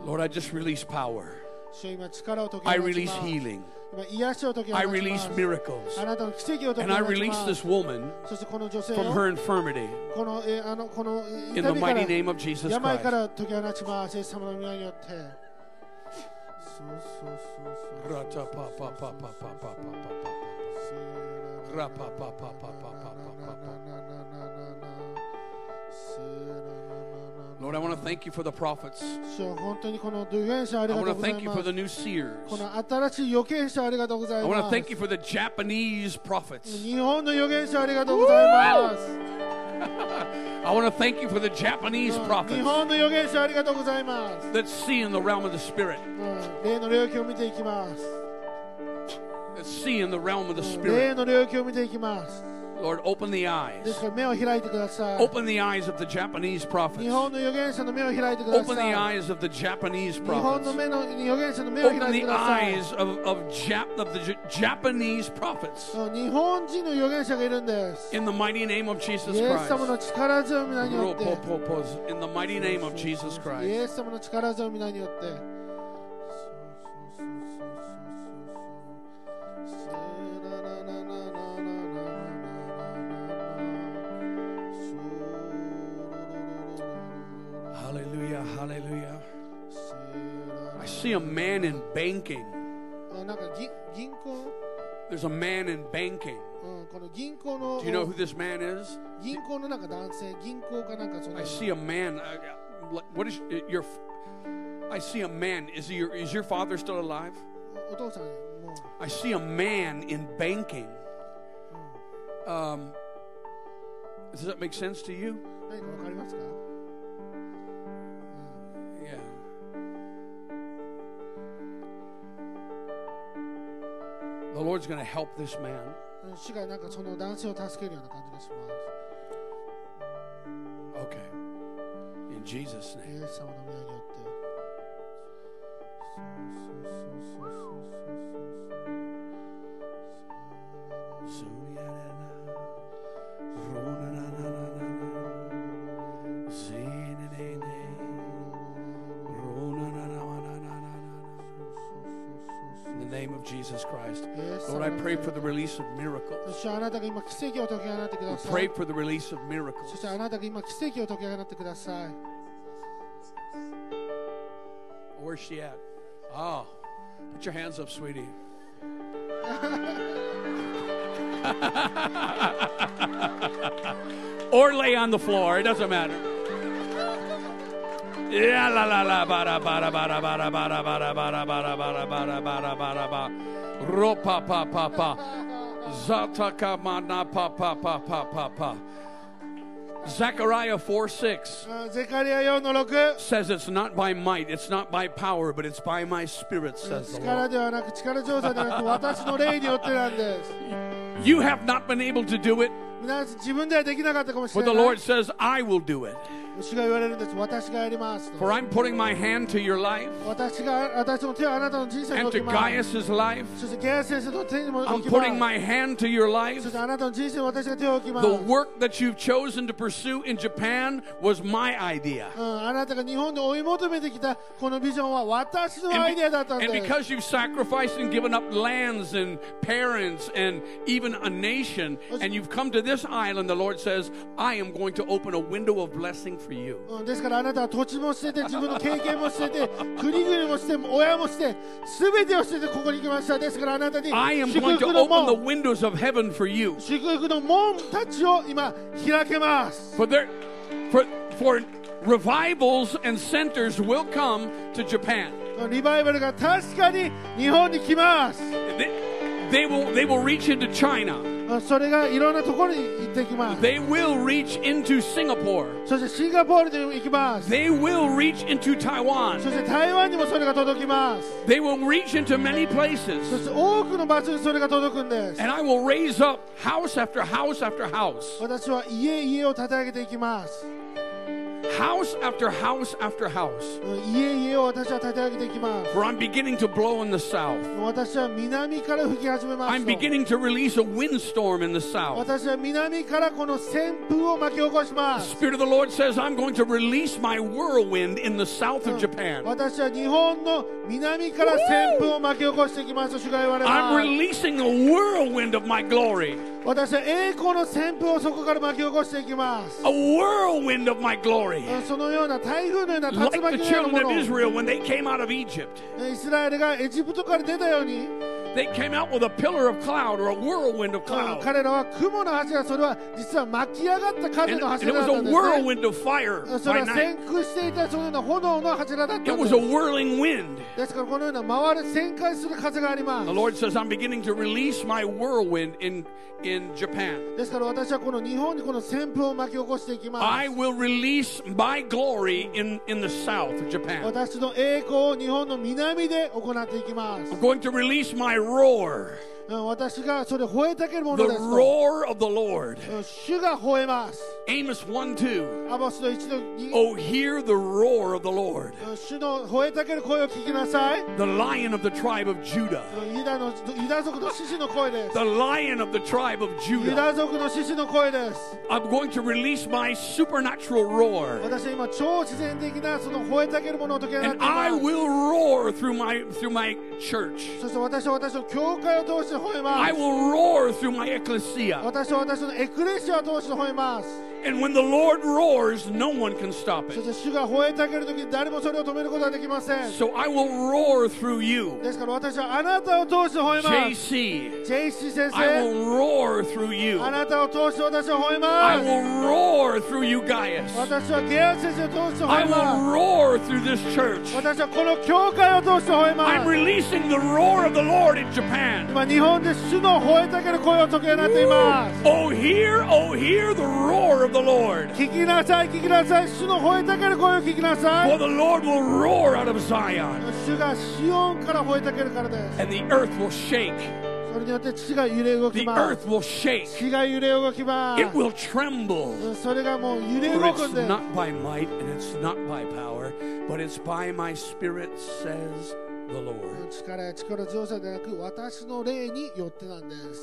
[SPEAKER 3] ロ
[SPEAKER 2] Lord, I just release power.
[SPEAKER 3] 主よ今力を解き放
[SPEAKER 2] I
[SPEAKER 3] ちます
[SPEAKER 2] release healing.
[SPEAKER 3] 今癒しを解き放
[SPEAKER 2] I
[SPEAKER 3] ちま
[SPEAKER 2] release
[SPEAKER 3] す
[SPEAKER 2] miracles.
[SPEAKER 3] あなたの奇跡を解き
[SPEAKER 2] And I
[SPEAKER 3] 放ち
[SPEAKER 2] release
[SPEAKER 3] ます
[SPEAKER 2] this woman
[SPEAKER 3] そしてこの女性
[SPEAKER 2] from
[SPEAKER 3] を
[SPEAKER 2] her infirmity
[SPEAKER 3] このえーあのこの
[SPEAKER 2] in
[SPEAKER 3] 痛
[SPEAKER 2] the
[SPEAKER 3] みから
[SPEAKER 2] mighty name of Jesus
[SPEAKER 3] 病か
[SPEAKER 2] Christ.
[SPEAKER 3] ら解き放ちますイエス様の皆によってそうそうそうそう
[SPEAKER 2] Ra-ta-pa-pa-pa-pa-pa-pa-pa-pa. Ra-pa-pa-pa-pa-pa-pa-pa-pa-pa. Lord, I want to thank you for the prophets.
[SPEAKER 3] 主よ本当にこの預言者あ
[SPEAKER 2] I
[SPEAKER 3] りがと
[SPEAKER 2] want
[SPEAKER 3] う
[SPEAKER 2] to
[SPEAKER 3] ござい
[SPEAKER 2] thank you
[SPEAKER 3] ま
[SPEAKER 2] for
[SPEAKER 3] す
[SPEAKER 2] the new seers.
[SPEAKER 3] この新しい預言者ありがとうござ
[SPEAKER 2] I
[SPEAKER 3] い
[SPEAKER 2] want to
[SPEAKER 3] ます
[SPEAKER 2] thank you for the Japanese prophets.
[SPEAKER 3] 日本の預言者ありがとうございます、
[SPEAKER 2] I want to thank you for the Japanese
[SPEAKER 3] 日
[SPEAKER 2] prophets
[SPEAKER 3] 本の預言者ありがとうございます、
[SPEAKER 2] that see in the realm of the spirit,
[SPEAKER 3] うん、霊の領域を見ていきます
[SPEAKER 2] that see in the realm of the
[SPEAKER 3] 霊
[SPEAKER 2] spirit.
[SPEAKER 3] の領域を見ていきます。
[SPEAKER 2] Lord, open the
[SPEAKER 3] で
[SPEAKER 2] eyes.
[SPEAKER 3] すから目を開いてください。
[SPEAKER 2] Open the eyes of the Japanese prophets.
[SPEAKER 3] 日本の預言者の目を開いてくだ
[SPEAKER 2] Open the
[SPEAKER 3] さい。
[SPEAKER 2] eyes of the Japanese
[SPEAKER 3] 日本の
[SPEAKER 2] prophets.
[SPEAKER 3] 目の預言者の目を
[SPEAKER 2] Open
[SPEAKER 3] 開いて
[SPEAKER 2] the
[SPEAKER 3] ください。うん
[SPEAKER 2] eyes of, of, Jap- of the J- Japanese prophets
[SPEAKER 3] 日本人の預言者がいるんです。イ
[SPEAKER 2] in the mighty name of
[SPEAKER 3] エ
[SPEAKER 2] Jesus
[SPEAKER 3] ス様
[SPEAKER 2] Christ.
[SPEAKER 3] の力強い皆によって。
[SPEAKER 2] Ropopopos, In the mighty name of Jesus
[SPEAKER 3] イ
[SPEAKER 2] Christ.
[SPEAKER 3] エス様の力強い皆によって。
[SPEAKER 2] see a man in banking.
[SPEAKER 3] あなんかぎ銀行、
[SPEAKER 2] There's a man in banking.
[SPEAKER 3] うん、この銀行の
[SPEAKER 2] Do you know who this man is?
[SPEAKER 3] 銀行のなんか男性銀行かなんかその
[SPEAKER 2] I see a man. I- I- What is uh, your? I see a man. Is he your? Is your father still alive?
[SPEAKER 3] お父さんもう
[SPEAKER 2] I see a man in banking. Um, does that make sense to you?
[SPEAKER 3] 何かわかりますか
[SPEAKER 2] Yeah. The Lord's going to help this man.
[SPEAKER 3] うん主がなんかその男性を助けるような感じがします
[SPEAKER 2] Okay. In Jesus'
[SPEAKER 3] イ
[SPEAKER 2] name.
[SPEAKER 3] エス様の皆によってそうそうそうそうそうそうそう
[SPEAKER 2] In the name of Jesus Christ.
[SPEAKER 3] イエス
[SPEAKER 2] Lord,
[SPEAKER 3] 様
[SPEAKER 2] I
[SPEAKER 3] の
[SPEAKER 2] pray for the release of miracles.
[SPEAKER 3] そしてあなたが今奇跡を解き放ってく
[SPEAKER 2] We
[SPEAKER 3] ださ
[SPEAKER 2] pray
[SPEAKER 3] い
[SPEAKER 2] for the release of
[SPEAKER 3] そ
[SPEAKER 2] miracles.
[SPEAKER 3] してあなたが今奇跡を解き放ってください
[SPEAKER 2] Where's she at? Oh, put your hands up, sweetie. or lay on the floor. It doesn't matter. Yeah, la la la, ba da ba da ba da ba da ba da ba da ba da ba da ba da ba da ba da ba da ba. Ro pa pa pa pa. Zata ka ma na pa pa pa pa pa pa. Zechariah 4 6
[SPEAKER 3] あゼカリア4の6
[SPEAKER 2] says it's not by might, it's not by power, but it's by my spirit, says the
[SPEAKER 3] 力
[SPEAKER 2] Lord.
[SPEAKER 3] ではなく力強さではなく私の霊によってなんです
[SPEAKER 2] You have not been able to do it,
[SPEAKER 3] 皆さん自分ではできなかったかもし
[SPEAKER 2] but
[SPEAKER 3] れ
[SPEAKER 2] the
[SPEAKER 3] ない
[SPEAKER 2] Lord says, I will do it.
[SPEAKER 3] 主が言われるんです私がやります
[SPEAKER 2] For I'm putting my hand to your life
[SPEAKER 3] 私が私の手をあなたの人生に
[SPEAKER 2] and
[SPEAKER 3] 置
[SPEAKER 2] to
[SPEAKER 3] きます
[SPEAKER 2] Gaius's life.
[SPEAKER 3] そしてゲア先生の手にも
[SPEAKER 2] I'm
[SPEAKER 3] 置き
[SPEAKER 2] putting
[SPEAKER 3] ます
[SPEAKER 2] my hand to your life.
[SPEAKER 3] そしてあなたの人生に私が手を置きます
[SPEAKER 2] The work that you've chosen to pursue in Japan was my idea.
[SPEAKER 3] うん、あなたが日本で追い求めてきたこのビジョンは私のア
[SPEAKER 2] And,
[SPEAKER 3] イ
[SPEAKER 2] be-
[SPEAKER 3] デアだったん
[SPEAKER 2] and
[SPEAKER 3] です
[SPEAKER 2] because you've sacrificed and given up lands and parents and even a nation, and you've come to this island, the Lord says, I am going to open a window of blessing for you.
[SPEAKER 3] うん、ですからあなたは土地も捨てて自分の経験も捨てて国々も捨てて親も捨てて全てを捨ててここに来ましたですからあなたに
[SPEAKER 2] I am
[SPEAKER 3] 祝
[SPEAKER 2] going to
[SPEAKER 3] 福の
[SPEAKER 2] open the
[SPEAKER 3] 門
[SPEAKER 2] windows of heaven for you.
[SPEAKER 3] 祝福の門たちを今開けます
[SPEAKER 2] For there, for for revivals and centers will come to Japan.
[SPEAKER 3] リバイバルが確かに日本に来ます
[SPEAKER 2] They, they will they will reach into China.
[SPEAKER 3] うんそれがいろんなところに行ってきます
[SPEAKER 2] They will reach into Singapore.
[SPEAKER 3] そしてシンガポールに行きます。
[SPEAKER 2] They will reach into
[SPEAKER 3] そ
[SPEAKER 2] Taiwan.
[SPEAKER 3] して台湾にもそれが届きます。
[SPEAKER 2] They will reach into many
[SPEAKER 3] そ
[SPEAKER 2] places.
[SPEAKER 3] して多くの場所にそれが届くんです。
[SPEAKER 2] And I will raise up house after house after house,
[SPEAKER 3] 私は家家を立て上げていきます。
[SPEAKER 2] house after house after house.
[SPEAKER 3] うん家家を私は立て上げていきます。
[SPEAKER 2] For I'm beginning to blow in the south.
[SPEAKER 3] 私は南から吹き始めます
[SPEAKER 2] I'm
[SPEAKER 3] と。
[SPEAKER 2] beginning to release a windstorm in the south.
[SPEAKER 3] 私は南からこの旋風を巻き起こします。
[SPEAKER 2] Spirit of the Lord says, I'm going to release my whirlwind in the south of
[SPEAKER 3] うん
[SPEAKER 2] Japan.
[SPEAKER 3] 私は日本の南から旋風を巻き起こしていきます。主が言われ
[SPEAKER 2] I'm
[SPEAKER 3] ます。
[SPEAKER 2] releasing a whirlwind of my glory,
[SPEAKER 3] 私は栄光の旋風をそこから巻き起こしていきます。
[SPEAKER 2] a whirlwind of my glory.
[SPEAKER 3] うんそのような台風のような竜
[SPEAKER 2] Like
[SPEAKER 3] 巻の
[SPEAKER 2] the
[SPEAKER 3] よう
[SPEAKER 2] children
[SPEAKER 3] なも
[SPEAKER 2] of
[SPEAKER 3] のを
[SPEAKER 2] Israel when they came out of Egypt,
[SPEAKER 3] イスラエルがエジプトから出たように
[SPEAKER 2] they came out with a pillar of cloud or a whirlwind of cloud.
[SPEAKER 3] 彼らは雲の柱それは実は巻き上がった風
[SPEAKER 2] And,
[SPEAKER 3] の
[SPEAKER 2] and
[SPEAKER 3] 柱
[SPEAKER 2] it
[SPEAKER 3] だっ
[SPEAKER 2] was
[SPEAKER 3] た
[SPEAKER 2] a
[SPEAKER 3] んです、ね、
[SPEAKER 2] whirlwind of fire
[SPEAKER 3] そ
[SPEAKER 2] by
[SPEAKER 3] れは
[SPEAKER 2] night.
[SPEAKER 3] 旋空していたそのような炎の柱だったんで
[SPEAKER 2] It
[SPEAKER 3] す
[SPEAKER 2] was a whirling wind.
[SPEAKER 3] ですからこのような回る旋回する風がありま
[SPEAKER 2] The
[SPEAKER 3] す
[SPEAKER 2] Lord says, I'm beginning to release my whirlwind in, in Japan.
[SPEAKER 3] ですから私はこの日本にこの旋風を巻き起こしていきます
[SPEAKER 2] I will release my glory in, in the south of Japan.
[SPEAKER 3] 私の栄光を日本の南で行っていきます、
[SPEAKER 2] I'm going to release my roar,
[SPEAKER 3] うん私がそれを吠えたけるも
[SPEAKER 2] the
[SPEAKER 3] のですと
[SPEAKER 2] roar of the Lord.
[SPEAKER 3] うん主が吠えます
[SPEAKER 2] Amos 1 2.
[SPEAKER 3] アボスの一度に、
[SPEAKER 2] Oh, hear the roar of the Lord,
[SPEAKER 3] うん主の吠えたける声を聞きなさい
[SPEAKER 2] the lion of the tribe of Judah,
[SPEAKER 3] ユダのユダ族の獅子の声です。
[SPEAKER 2] the lion of the tribe of
[SPEAKER 3] ユ
[SPEAKER 2] Judah.
[SPEAKER 3] ダ族の獅子の声です。
[SPEAKER 2] I'm going to release my supernatural roar,
[SPEAKER 3] 私は今超自然的なその吠えたけるものを解き放ってい
[SPEAKER 2] and I
[SPEAKER 3] ます。
[SPEAKER 2] will roar through my through my church.
[SPEAKER 3] そして私は私の教会を通して吠えま
[SPEAKER 2] I
[SPEAKER 3] す。
[SPEAKER 2] will roar through my ecclesia,
[SPEAKER 3] 私は私のエクレシアを通して吠えます。
[SPEAKER 2] And when the Lord roars, no one can stop
[SPEAKER 3] そし
[SPEAKER 2] it.
[SPEAKER 3] て主が吠えたけるときに誰もそれを止めることはできません
[SPEAKER 2] So I will roar through you.
[SPEAKER 3] ですから私はあなたを通して吠えます
[SPEAKER 2] JC,
[SPEAKER 3] JC 先
[SPEAKER 2] I
[SPEAKER 3] 生
[SPEAKER 2] will roar through you.
[SPEAKER 3] あなたを通して私は吠え
[SPEAKER 2] I
[SPEAKER 3] ます
[SPEAKER 2] will roar through you, Gaius.
[SPEAKER 3] 私はゲア先生を通して
[SPEAKER 2] I
[SPEAKER 3] 吠え
[SPEAKER 2] will
[SPEAKER 3] ま
[SPEAKER 2] roar through this church.
[SPEAKER 3] す私はこの教会を通して吠え
[SPEAKER 2] I'm
[SPEAKER 3] ます
[SPEAKER 2] releasing the roar of the Lord in Japan.
[SPEAKER 3] 今日本で主の吠えたける声を解き放っています
[SPEAKER 2] Oh, hear, oh, hear the roar of the Lord.
[SPEAKER 3] 聞きなさい聞きなさい主の吠えたける声を聞きなさ
[SPEAKER 2] For
[SPEAKER 3] い
[SPEAKER 2] the Lord will roar out of Zion,
[SPEAKER 3] 主がシオンから吠えたけるからです
[SPEAKER 2] and the earth will shake.
[SPEAKER 3] それによって地が揺れ動き
[SPEAKER 2] The
[SPEAKER 3] ま
[SPEAKER 2] earth
[SPEAKER 3] す
[SPEAKER 2] will shake,
[SPEAKER 3] 地が揺れ動きま
[SPEAKER 2] it
[SPEAKER 3] す
[SPEAKER 2] will tremble.
[SPEAKER 3] それがもう揺れ
[SPEAKER 2] For
[SPEAKER 3] 動くん
[SPEAKER 2] it's
[SPEAKER 3] で
[SPEAKER 2] not by might and it's not by power, but it's by my spirit, says the Lord.
[SPEAKER 3] 力や力強さでなく私の霊によってなんです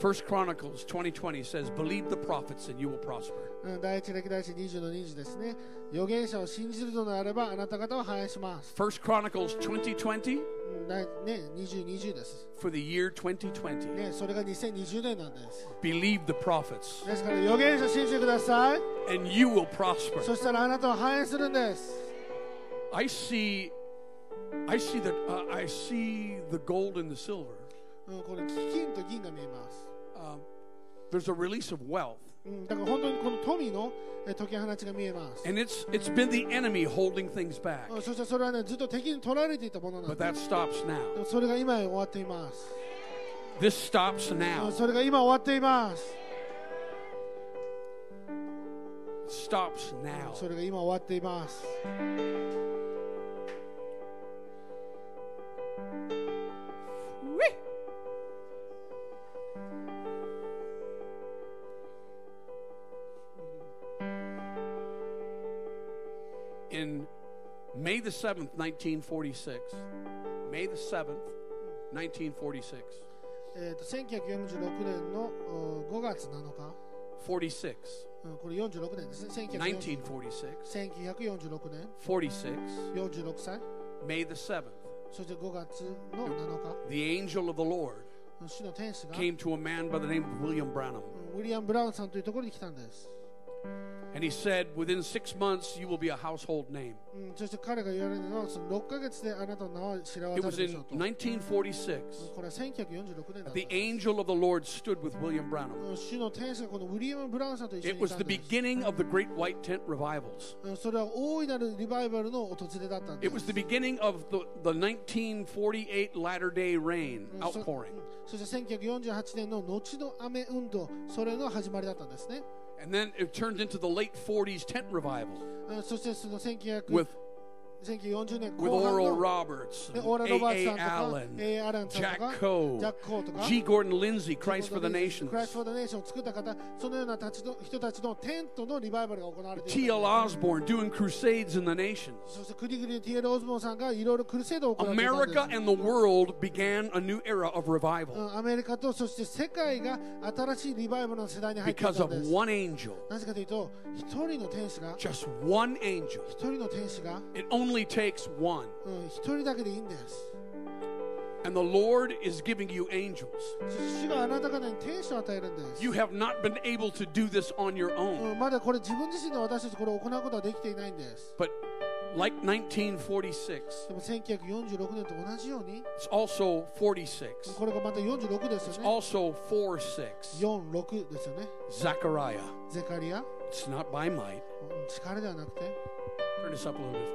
[SPEAKER 2] 1 Chronicles 20:20 says, Believe the prophets and you will prosper.
[SPEAKER 3] うん第一歴代史20の20ですね預言者を信じるのであればあなた方は反映します
[SPEAKER 2] 1 Chronicles 20:20
[SPEAKER 3] うんだいね2020です、
[SPEAKER 2] for the year 2020.
[SPEAKER 3] ね、それが2020年なんです
[SPEAKER 2] Believe the prophets
[SPEAKER 3] ですから預言者信じてください
[SPEAKER 2] and you will prosper.
[SPEAKER 3] そしたらあなたは反映するんです
[SPEAKER 2] I see I see the uh, I see the gold and the silver.
[SPEAKER 3] うん、これ金と銀が見えます、
[SPEAKER 2] Um, there's a release of wealth.
[SPEAKER 3] うん、だから本当にこの富のえ解き放ちが見えます、
[SPEAKER 2] And it's it's been the enemy holding things back.
[SPEAKER 3] うん、そしてそれはねずっと敵に取られていたものなん
[SPEAKER 2] But
[SPEAKER 3] で
[SPEAKER 2] that stops now.
[SPEAKER 3] でもそれが今終わっています、
[SPEAKER 2] This stops
[SPEAKER 3] う
[SPEAKER 2] now.
[SPEAKER 3] ん、それが今終わっています
[SPEAKER 2] It Stops now.
[SPEAKER 3] それが今終わっています。
[SPEAKER 2] Whee! In May the 7th, 1946, May the 7th, 1946,
[SPEAKER 3] えー、と1946年のお5月7日、
[SPEAKER 2] 46,
[SPEAKER 3] うん、これ46年ですね。1946
[SPEAKER 2] 1946,
[SPEAKER 3] 1946年、
[SPEAKER 2] 46,
[SPEAKER 3] 46歳、
[SPEAKER 2] May the 7th,
[SPEAKER 3] そして5月の7日、
[SPEAKER 2] the angel of the Lord
[SPEAKER 3] うん主の天使が、うん
[SPEAKER 2] came to a man by the name of William Branham.
[SPEAKER 3] ウィリアム・ブラウンさんというところに来たんです。
[SPEAKER 2] And he said, Within six months, you will be a household name.
[SPEAKER 3] うん、そして彼が言われるのは、その6ヶ月であなたの名は知らわ
[SPEAKER 2] It
[SPEAKER 3] たる
[SPEAKER 2] was
[SPEAKER 3] でし
[SPEAKER 2] in
[SPEAKER 3] ょうと。うん
[SPEAKER 2] 1946.
[SPEAKER 3] これは1946年だったん
[SPEAKER 2] The
[SPEAKER 3] です。
[SPEAKER 2] angel of the Lord stood with William
[SPEAKER 3] う
[SPEAKER 2] Branham.
[SPEAKER 3] ん主の天使がこのウィリアム・ブラウンさんと一緒
[SPEAKER 2] It
[SPEAKER 3] にい
[SPEAKER 2] was
[SPEAKER 3] た
[SPEAKER 2] the
[SPEAKER 3] んです。
[SPEAKER 2] beginning of the Great White Tent revivals.
[SPEAKER 3] うんそれは大いなるリバイバルの訪れだったんで
[SPEAKER 2] It was。
[SPEAKER 3] す
[SPEAKER 2] the beginning of the, the 1948 Latter day Rain outpouring.
[SPEAKER 3] そして1948年の後の雨運動それの始まりだったんですね
[SPEAKER 2] And then it turned into the late 40s tent revival
[SPEAKER 3] うんそしてその1900
[SPEAKER 2] with,
[SPEAKER 3] 1940年
[SPEAKER 2] with
[SPEAKER 3] 後半
[SPEAKER 2] Oral
[SPEAKER 3] の
[SPEAKER 2] Roberts,
[SPEAKER 3] ねオーラ・ロバーツ
[SPEAKER 2] A.A.
[SPEAKER 3] さんとか
[SPEAKER 2] Allen,
[SPEAKER 3] A. アランさんと
[SPEAKER 2] Jack
[SPEAKER 3] か
[SPEAKER 2] Coe,
[SPEAKER 3] ジャック・コーとか
[SPEAKER 2] G. Gordon Lindsay, Christ for the
[SPEAKER 3] クライ
[SPEAKER 2] Nations,
[SPEAKER 3] スフォードネーションを作った方そのようなたちの人たちのテントのリバイバルが行われてい
[SPEAKER 2] T.L.
[SPEAKER 3] た
[SPEAKER 2] Osborne doing crusades in the nations.
[SPEAKER 3] そしてクリグリの T.L. オズボンさんがいろいろクルセードを行っていたんです
[SPEAKER 2] America and the world began a new era of
[SPEAKER 3] う
[SPEAKER 2] revival
[SPEAKER 3] んアメリカとそして世界が新しいリバイバルの世代に入ってい
[SPEAKER 2] because
[SPEAKER 3] たん
[SPEAKER 2] of
[SPEAKER 3] です
[SPEAKER 2] one angel.
[SPEAKER 3] なぜかというと一人の天使が
[SPEAKER 2] Just one angel.
[SPEAKER 3] 一人の天使が
[SPEAKER 2] It only takes one.
[SPEAKER 3] うん一人だけでいいんです。
[SPEAKER 2] And the Lord is giving you angels.
[SPEAKER 3] 主があなた方に天使を与えるんです。
[SPEAKER 2] You have not been able to do this on your
[SPEAKER 3] う
[SPEAKER 2] own.
[SPEAKER 3] んまだこれ自分自身で私たちこれを行うことはできていないんです。
[SPEAKER 2] But like 1946,
[SPEAKER 3] でも1946年と同じように、
[SPEAKER 2] it's also 46.
[SPEAKER 3] これがまた46です
[SPEAKER 2] It's
[SPEAKER 3] よね。
[SPEAKER 2] also 46.
[SPEAKER 3] 46ですよね。
[SPEAKER 2] Zechariah.
[SPEAKER 3] ゼカリア、うん
[SPEAKER 2] It's not by might.
[SPEAKER 3] 力ではなくて、
[SPEAKER 2] Turn this up a little bit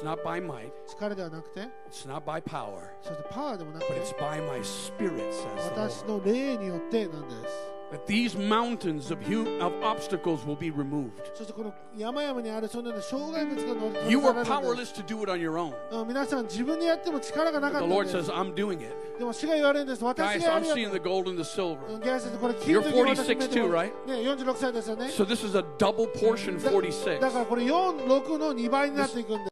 [SPEAKER 2] for me. It's not by might.
[SPEAKER 3] 力ではなくて、
[SPEAKER 2] It's not by power.
[SPEAKER 3] そしてパワーでもなく
[SPEAKER 2] But
[SPEAKER 3] て
[SPEAKER 2] it's、by my spirit, says the Lord.
[SPEAKER 3] 私の霊によってなんです。
[SPEAKER 2] that these mountains of, hu- of obstacles will be removed.
[SPEAKER 3] そしてこの山々にあるそのような障害物が乗り取り
[SPEAKER 2] You
[SPEAKER 3] 去
[SPEAKER 2] were
[SPEAKER 3] られるんで
[SPEAKER 2] powerless
[SPEAKER 3] す
[SPEAKER 2] to do it on your own.
[SPEAKER 3] うん皆さん自分でやっても力がな
[SPEAKER 2] The
[SPEAKER 3] かったん
[SPEAKER 2] Lord
[SPEAKER 3] で
[SPEAKER 2] says,
[SPEAKER 3] す。
[SPEAKER 2] I'm doing it.
[SPEAKER 3] でも主が言われるんです。私
[SPEAKER 2] Guys,
[SPEAKER 3] がや
[SPEAKER 2] I'm
[SPEAKER 3] るや
[SPEAKER 2] seeing the Mm-hmm. gold and the
[SPEAKER 3] う
[SPEAKER 2] silver.
[SPEAKER 3] んギャラ先生これ金の
[SPEAKER 2] You're
[SPEAKER 3] 銀私
[SPEAKER 2] 46
[SPEAKER 3] 決めて
[SPEAKER 2] too,
[SPEAKER 3] も
[SPEAKER 2] right?
[SPEAKER 3] ね46歳ですよね
[SPEAKER 2] So this is a double portion 46.
[SPEAKER 3] だからこれ46の2倍になっていくんで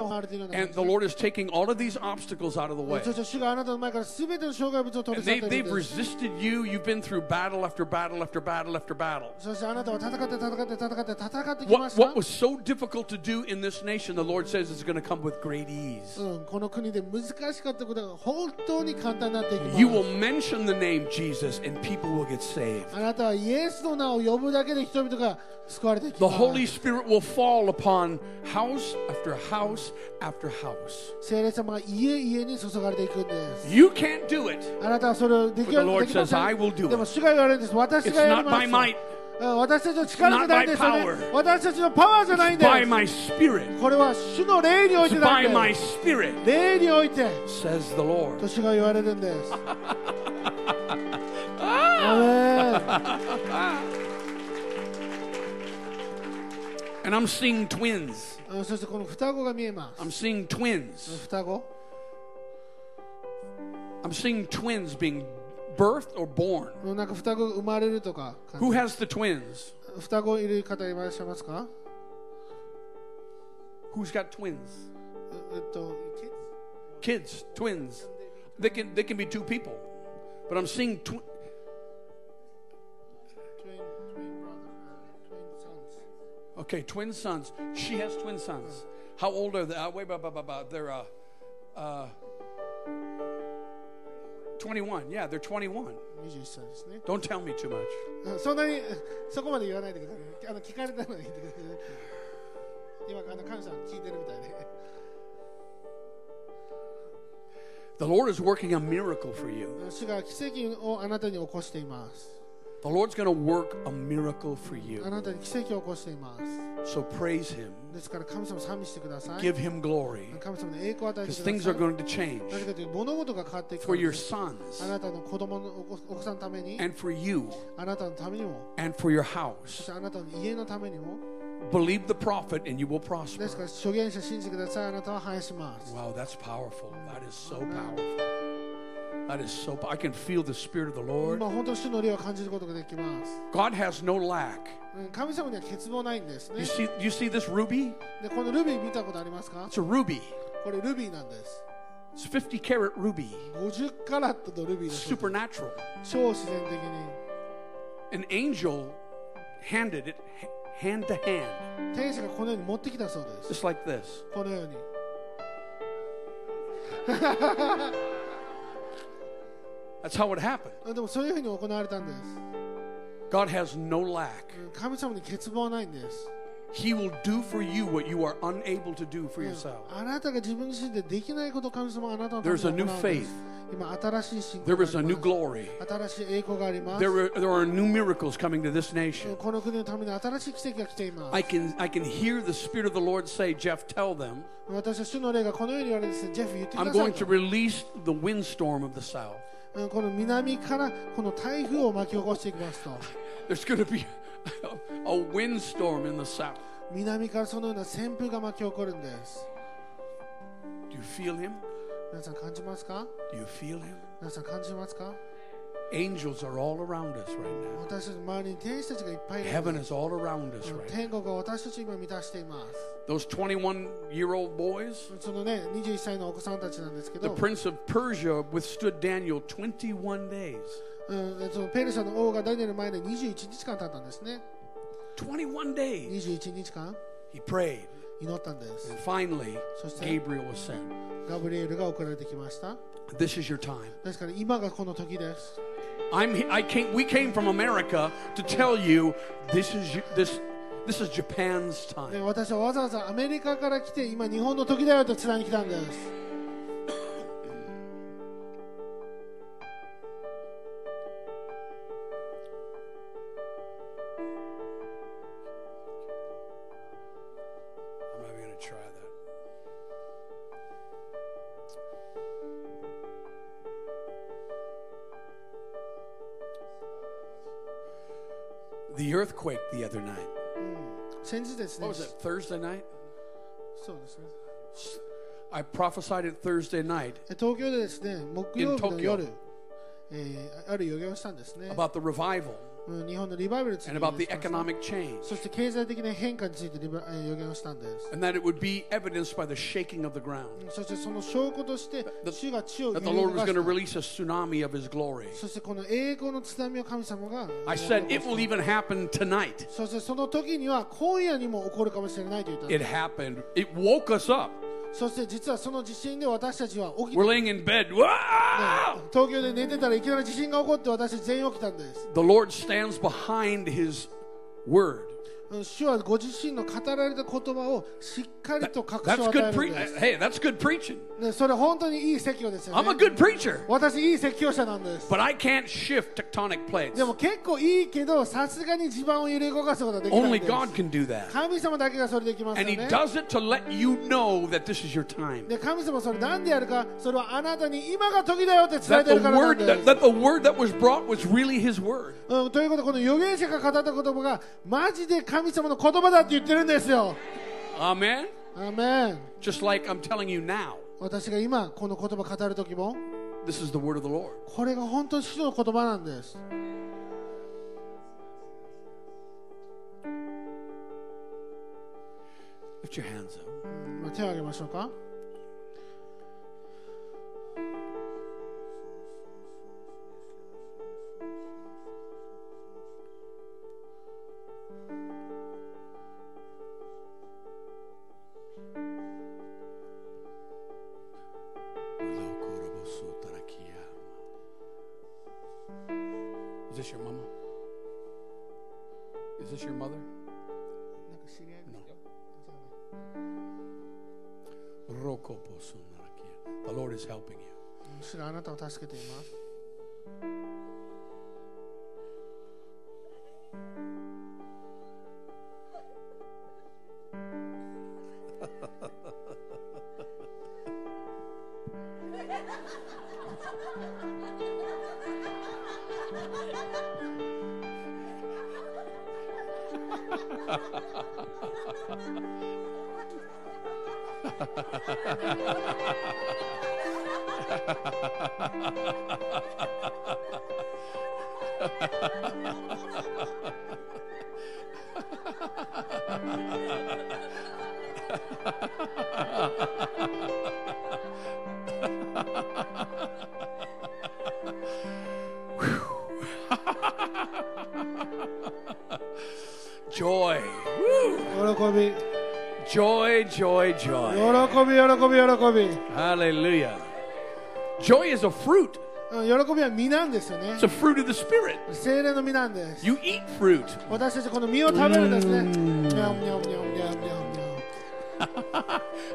[SPEAKER 3] 追われているような感
[SPEAKER 2] And
[SPEAKER 3] じ
[SPEAKER 2] the Lord is taking all of these obstacles out of the way.
[SPEAKER 3] そして主があなたの前から全ての障害物を取
[SPEAKER 2] And
[SPEAKER 3] り
[SPEAKER 2] they,
[SPEAKER 3] 去ってい
[SPEAKER 2] they've
[SPEAKER 3] るんです
[SPEAKER 2] resisted you. You've been through battle after battle after battle after battle.
[SPEAKER 3] そしてあなたは戦って戦って戦って戦ってきま
[SPEAKER 2] What,
[SPEAKER 3] した
[SPEAKER 2] what was so difficult to do in this nation, the Lord says is going to come with great ease.
[SPEAKER 3] うん、この国で難しかったことが本当に簡単になっていきます
[SPEAKER 2] You will mention the name Jesus and people will get saved.
[SPEAKER 3] あなたはイエスの名を呼ぶだけで人々が救われていき
[SPEAKER 2] The
[SPEAKER 3] ます
[SPEAKER 2] Holy Spirit will fall upon house after house after house.
[SPEAKER 3] 聖霊様が家々に注がれていくんです
[SPEAKER 2] You can't do it.
[SPEAKER 3] あなたはそれをできる
[SPEAKER 2] But the Lord
[SPEAKER 3] できませ
[SPEAKER 2] says, "I will do it."
[SPEAKER 3] んでも主が言われるんです私
[SPEAKER 2] It's
[SPEAKER 3] がやり
[SPEAKER 2] not
[SPEAKER 3] ます
[SPEAKER 2] by might,
[SPEAKER 3] うん私たちの力じゃないんですよ
[SPEAKER 2] It's not by
[SPEAKER 3] ね
[SPEAKER 2] power.
[SPEAKER 3] 私たちのパワーじゃないんで
[SPEAKER 2] by
[SPEAKER 3] す
[SPEAKER 2] my spirit.
[SPEAKER 3] これは主の霊において
[SPEAKER 2] It's
[SPEAKER 3] な
[SPEAKER 2] by
[SPEAKER 3] ん
[SPEAKER 2] my
[SPEAKER 3] です
[SPEAKER 2] spirit,
[SPEAKER 3] 霊において
[SPEAKER 2] says the Lord.
[SPEAKER 3] と主が言われるんです アメン
[SPEAKER 2] And I'm seeing twins.
[SPEAKER 3] うんそしてこの双子が見えます
[SPEAKER 2] I'm seeing twins.
[SPEAKER 3] 双子
[SPEAKER 2] I'm seeing twins being birthed or born.
[SPEAKER 3] うんなんか双子生まれるとか
[SPEAKER 2] Who has the twins?
[SPEAKER 3] 双子いる方いらっしゃいますか
[SPEAKER 2] Who's got twins?
[SPEAKER 3] えっと
[SPEAKER 2] kids, twins. They can they can be two people, but I'm seeing tw- okay twin sons. She has twin sons. How old are they? Uh, wait, blah, blah, blah, blah. they're uh, uh, 21. Yeah, they're 21.
[SPEAKER 3] 21歳ですね
[SPEAKER 2] Don't tell me too much.
[SPEAKER 3] うんそんなにそこまで言わないでくださいあの聞かれたのに言ってください今あの感謝聞いてるみたいで
[SPEAKER 2] The Lord is working a miracle for you.
[SPEAKER 3] 主が奇跡をあなたに起こしています
[SPEAKER 2] The Lord's going to work a miracle for
[SPEAKER 3] あ
[SPEAKER 2] you.
[SPEAKER 3] なたに奇跡を起こしています
[SPEAKER 2] So praise Him.
[SPEAKER 3] ですから神様を賛美してください
[SPEAKER 2] Give Him glory
[SPEAKER 3] 神様の栄光を与えて
[SPEAKER 2] because
[SPEAKER 3] くだ
[SPEAKER 2] things
[SPEAKER 3] さ
[SPEAKER 2] are
[SPEAKER 3] い
[SPEAKER 2] going to change
[SPEAKER 3] 何かというと物事が変わっていく
[SPEAKER 2] for
[SPEAKER 3] から
[SPEAKER 2] your
[SPEAKER 3] です
[SPEAKER 2] sons
[SPEAKER 3] あなたの子供のお子お子さんのために
[SPEAKER 2] and for you
[SPEAKER 3] あなたのためにも
[SPEAKER 2] and for your
[SPEAKER 3] そし
[SPEAKER 2] house.
[SPEAKER 3] てあなたの家のためにも
[SPEAKER 2] Believe the prophet and you will
[SPEAKER 3] で
[SPEAKER 2] prosper.
[SPEAKER 3] すから初言者信じてくださいあなたは返します
[SPEAKER 2] Wow, that's powerful. That is so powerful. That is so. I can feel the spirit of the Lord.
[SPEAKER 3] 今本当に主の霊を感じることができます、
[SPEAKER 2] God has no lack.
[SPEAKER 3] うん、神様には欠乏ないんですね
[SPEAKER 2] You see, you see this ruby?
[SPEAKER 3] でこのルビー見たことありますか
[SPEAKER 2] It's a ruby.
[SPEAKER 3] これルビーなんです。
[SPEAKER 2] It's 50 carat ruby.
[SPEAKER 3] 50カラットのルビーです。
[SPEAKER 2] Supernatural.
[SPEAKER 3] 超自然的
[SPEAKER 2] An
[SPEAKER 3] に
[SPEAKER 2] angel handed it h- hand to hand,
[SPEAKER 3] 天使がこのように持ってきたそうです。
[SPEAKER 2] just like this.
[SPEAKER 3] このように。
[SPEAKER 2] That's how it happened.
[SPEAKER 3] あでもそういうふうに行われたんです。
[SPEAKER 2] God has no lack.
[SPEAKER 3] うん神様に欠乏はないんです。
[SPEAKER 2] He will do for you what you are unable to do for
[SPEAKER 3] うん
[SPEAKER 2] yourself.
[SPEAKER 3] あなたが自分自身でできないことを神様はあなたのため
[SPEAKER 2] There's
[SPEAKER 3] に
[SPEAKER 2] a
[SPEAKER 3] 行うん
[SPEAKER 2] new
[SPEAKER 3] で
[SPEAKER 2] faith.
[SPEAKER 3] す。今新しい信仰
[SPEAKER 2] There
[SPEAKER 3] が
[SPEAKER 2] is a
[SPEAKER 3] あり
[SPEAKER 2] new
[SPEAKER 3] ます
[SPEAKER 2] glory.
[SPEAKER 3] 新しい栄光があります。
[SPEAKER 2] There are, there are new miracles coming to this
[SPEAKER 3] うん
[SPEAKER 2] nation.
[SPEAKER 3] この国のために新しい奇跡が来ています
[SPEAKER 2] I。can I can hear the Spirit of the Lord say, Jeff, tell them
[SPEAKER 3] 私は主の霊がこのように言われてですねジェフ言ってく
[SPEAKER 2] I'm
[SPEAKER 3] ださい
[SPEAKER 2] going
[SPEAKER 3] と
[SPEAKER 2] to release the windstorm of the south.
[SPEAKER 3] うんこの南からこの台風を巻き起こしていきますと。
[SPEAKER 2] There's going to be a, windstorm in the south.
[SPEAKER 3] 南からそのような旋風が巻き起こるんです。
[SPEAKER 2] Do you feel him?
[SPEAKER 3] 皆さん感じますか
[SPEAKER 2] Do you feel him?
[SPEAKER 3] 皆さん感じますか
[SPEAKER 2] Angels are all around us right now.
[SPEAKER 3] 私たちの周りに天使たちがいっぱいいる
[SPEAKER 2] Heaven is all around us right now.
[SPEAKER 3] 天国が私たちを今満たしています
[SPEAKER 2] Those 21 year old boys,
[SPEAKER 3] そのね21歳のお子さんたちなんですけ
[SPEAKER 2] the
[SPEAKER 3] ど、
[SPEAKER 2] prince of Persia withstood Daniel 21 days.
[SPEAKER 3] うん、そのペルシャの王がダニエルの前で21日間経ったんですね
[SPEAKER 2] 21 days.
[SPEAKER 3] 21日間
[SPEAKER 2] He prayed.
[SPEAKER 3] 祈ったんです
[SPEAKER 2] And finally,
[SPEAKER 3] So sad.
[SPEAKER 2] Gabriel was sent.
[SPEAKER 3] ガブリエルが送られてきました
[SPEAKER 2] This is your time.
[SPEAKER 3] ですから今がこの時です
[SPEAKER 2] I'm, I came, we came from America to tell you this is, you- this, this is Japan's
[SPEAKER 3] ね
[SPEAKER 2] time.
[SPEAKER 3] 私はわざわざアメリカから来て今日本の時だよと伝えに来たんです
[SPEAKER 2] I'm not even going to try that. The earthquake the other night.
[SPEAKER 3] 先日ですね
[SPEAKER 2] What was it, Thursday night?
[SPEAKER 3] そうですね
[SPEAKER 2] I prophesied it Thursday night
[SPEAKER 3] で東京でですね木曜
[SPEAKER 2] In
[SPEAKER 3] 日の
[SPEAKER 2] Tokyo.
[SPEAKER 3] 夜、えーある予言をしたんですね
[SPEAKER 2] about the revival.
[SPEAKER 3] うんうん日本のリバイバルについて
[SPEAKER 2] and
[SPEAKER 3] 予言
[SPEAKER 2] about
[SPEAKER 3] し
[SPEAKER 2] the
[SPEAKER 3] ました
[SPEAKER 2] economic change,
[SPEAKER 3] そして経済的な変化についてリバえー予言をしたんです
[SPEAKER 2] and that it would be evidenced by the shaking of the ground,
[SPEAKER 3] そしてその証拠として主が地を揺
[SPEAKER 2] that
[SPEAKER 3] り
[SPEAKER 2] the Lord
[SPEAKER 3] 動
[SPEAKER 2] was
[SPEAKER 3] か
[SPEAKER 2] going to
[SPEAKER 3] した
[SPEAKER 2] release a tsunami of His glory.
[SPEAKER 3] そしてこの栄光の津波を神様が
[SPEAKER 2] I said it will even happen tonight.
[SPEAKER 3] そしてその時には今夜にも起こるかもしれないと言ったん
[SPEAKER 2] It
[SPEAKER 3] です
[SPEAKER 2] happened. It woke us up.
[SPEAKER 3] そして実はその地震で私たちは起きて
[SPEAKER 2] We're laying in bed. Wow!
[SPEAKER 3] 東京で寝てたらいきなり地震が起こって私たち全員起きたんです
[SPEAKER 2] The Lord stands behind His word.
[SPEAKER 3] うん主はご自身の語られた言葉をしっかりと確証を
[SPEAKER 2] That's
[SPEAKER 3] 与え
[SPEAKER 2] good
[SPEAKER 3] るん
[SPEAKER 2] pre-
[SPEAKER 3] です
[SPEAKER 2] Hey, that's good preaching.
[SPEAKER 3] ねそれ本当にいい説教ですよ
[SPEAKER 2] I'm a
[SPEAKER 3] ね
[SPEAKER 2] good preacher,
[SPEAKER 3] 私いい説教者なんです
[SPEAKER 2] but I can't shift tectonic plates.
[SPEAKER 3] でも結構いいけどさすがに地盤を揺れ動かすことはできないん
[SPEAKER 2] Only
[SPEAKER 3] です
[SPEAKER 2] God can do that.
[SPEAKER 3] 神様だけがそれできますよ
[SPEAKER 2] And He
[SPEAKER 3] ね
[SPEAKER 2] does it to let you know that this is your time.
[SPEAKER 3] で神様それ何でやるかそれはあなたに今が時だよって伝え
[SPEAKER 2] That
[SPEAKER 3] て
[SPEAKER 2] the
[SPEAKER 3] るからなん
[SPEAKER 2] word
[SPEAKER 3] です
[SPEAKER 2] that, that the word that was brought was really His word.
[SPEAKER 3] うん、ということでこの預言者が語った言葉がマジで神様の言葉だって言ってるんですよ
[SPEAKER 2] Amen.
[SPEAKER 3] アーメン
[SPEAKER 2] Just like I'm telling you now,
[SPEAKER 3] 私が今この言葉語る時も
[SPEAKER 2] this is the word of the Lord.
[SPEAKER 3] これが本当に主の言葉なんです
[SPEAKER 2] Lift your hands up.
[SPEAKER 3] まあ手を挙げましょうか
[SPEAKER 2] Is this your mama? Is this your mother? Rokoposonarakia. The Lord is helping you.
[SPEAKER 3] 主があなたを助けています
[SPEAKER 2] ジョイ Woo!
[SPEAKER 3] 喜び
[SPEAKER 2] Joy, joy, joy.
[SPEAKER 3] 喜び喜び喜び
[SPEAKER 2] Hallelujah. Joy is a fruit.
[SPEAKER 3] うん喜びは実なんですよね
[SPEAKER 2] It's a fruit of the Spirit.
[SPEAKER 3] 精霊の実なんです
[SPEAKER 2] You eat fruit.
[SPEAKER 3] 私たちこの実を食べるんですねにゃんにゃんにゃんにゃんにゃんにゃん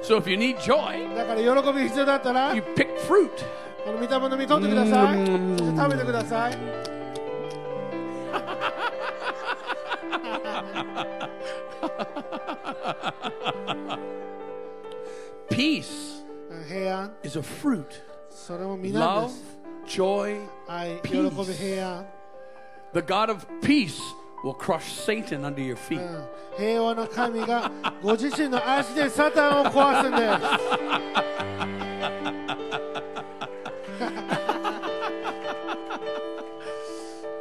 [SPEAKER 2] So if you need joy,
[SPEAKER 3] だから喜び必要だったら
[SPEAKER 2] you pick fruit.
[SPEAKER 3] この御霊の実取ってくださいそして食べてください
[SPEAKER 2] Peace
[SPEAKER 3] うん平安
[SPEAKER 2] is a fruit.
[SPEAKER 3] それも実なんで
[SPEAKER 2] Love,
[SPEAKER 3] す
[SPEAKER 2] joy.
[SPEAKER 3] 愛喜
[SPEAKER 2] Peace
[SPEAKER 3] び平安
[SPEAKER 2] The God of peace will crush Satan under your feet.
[SPEAKER 3] うん平和の 神がご自身の足でサタンを壊すんです。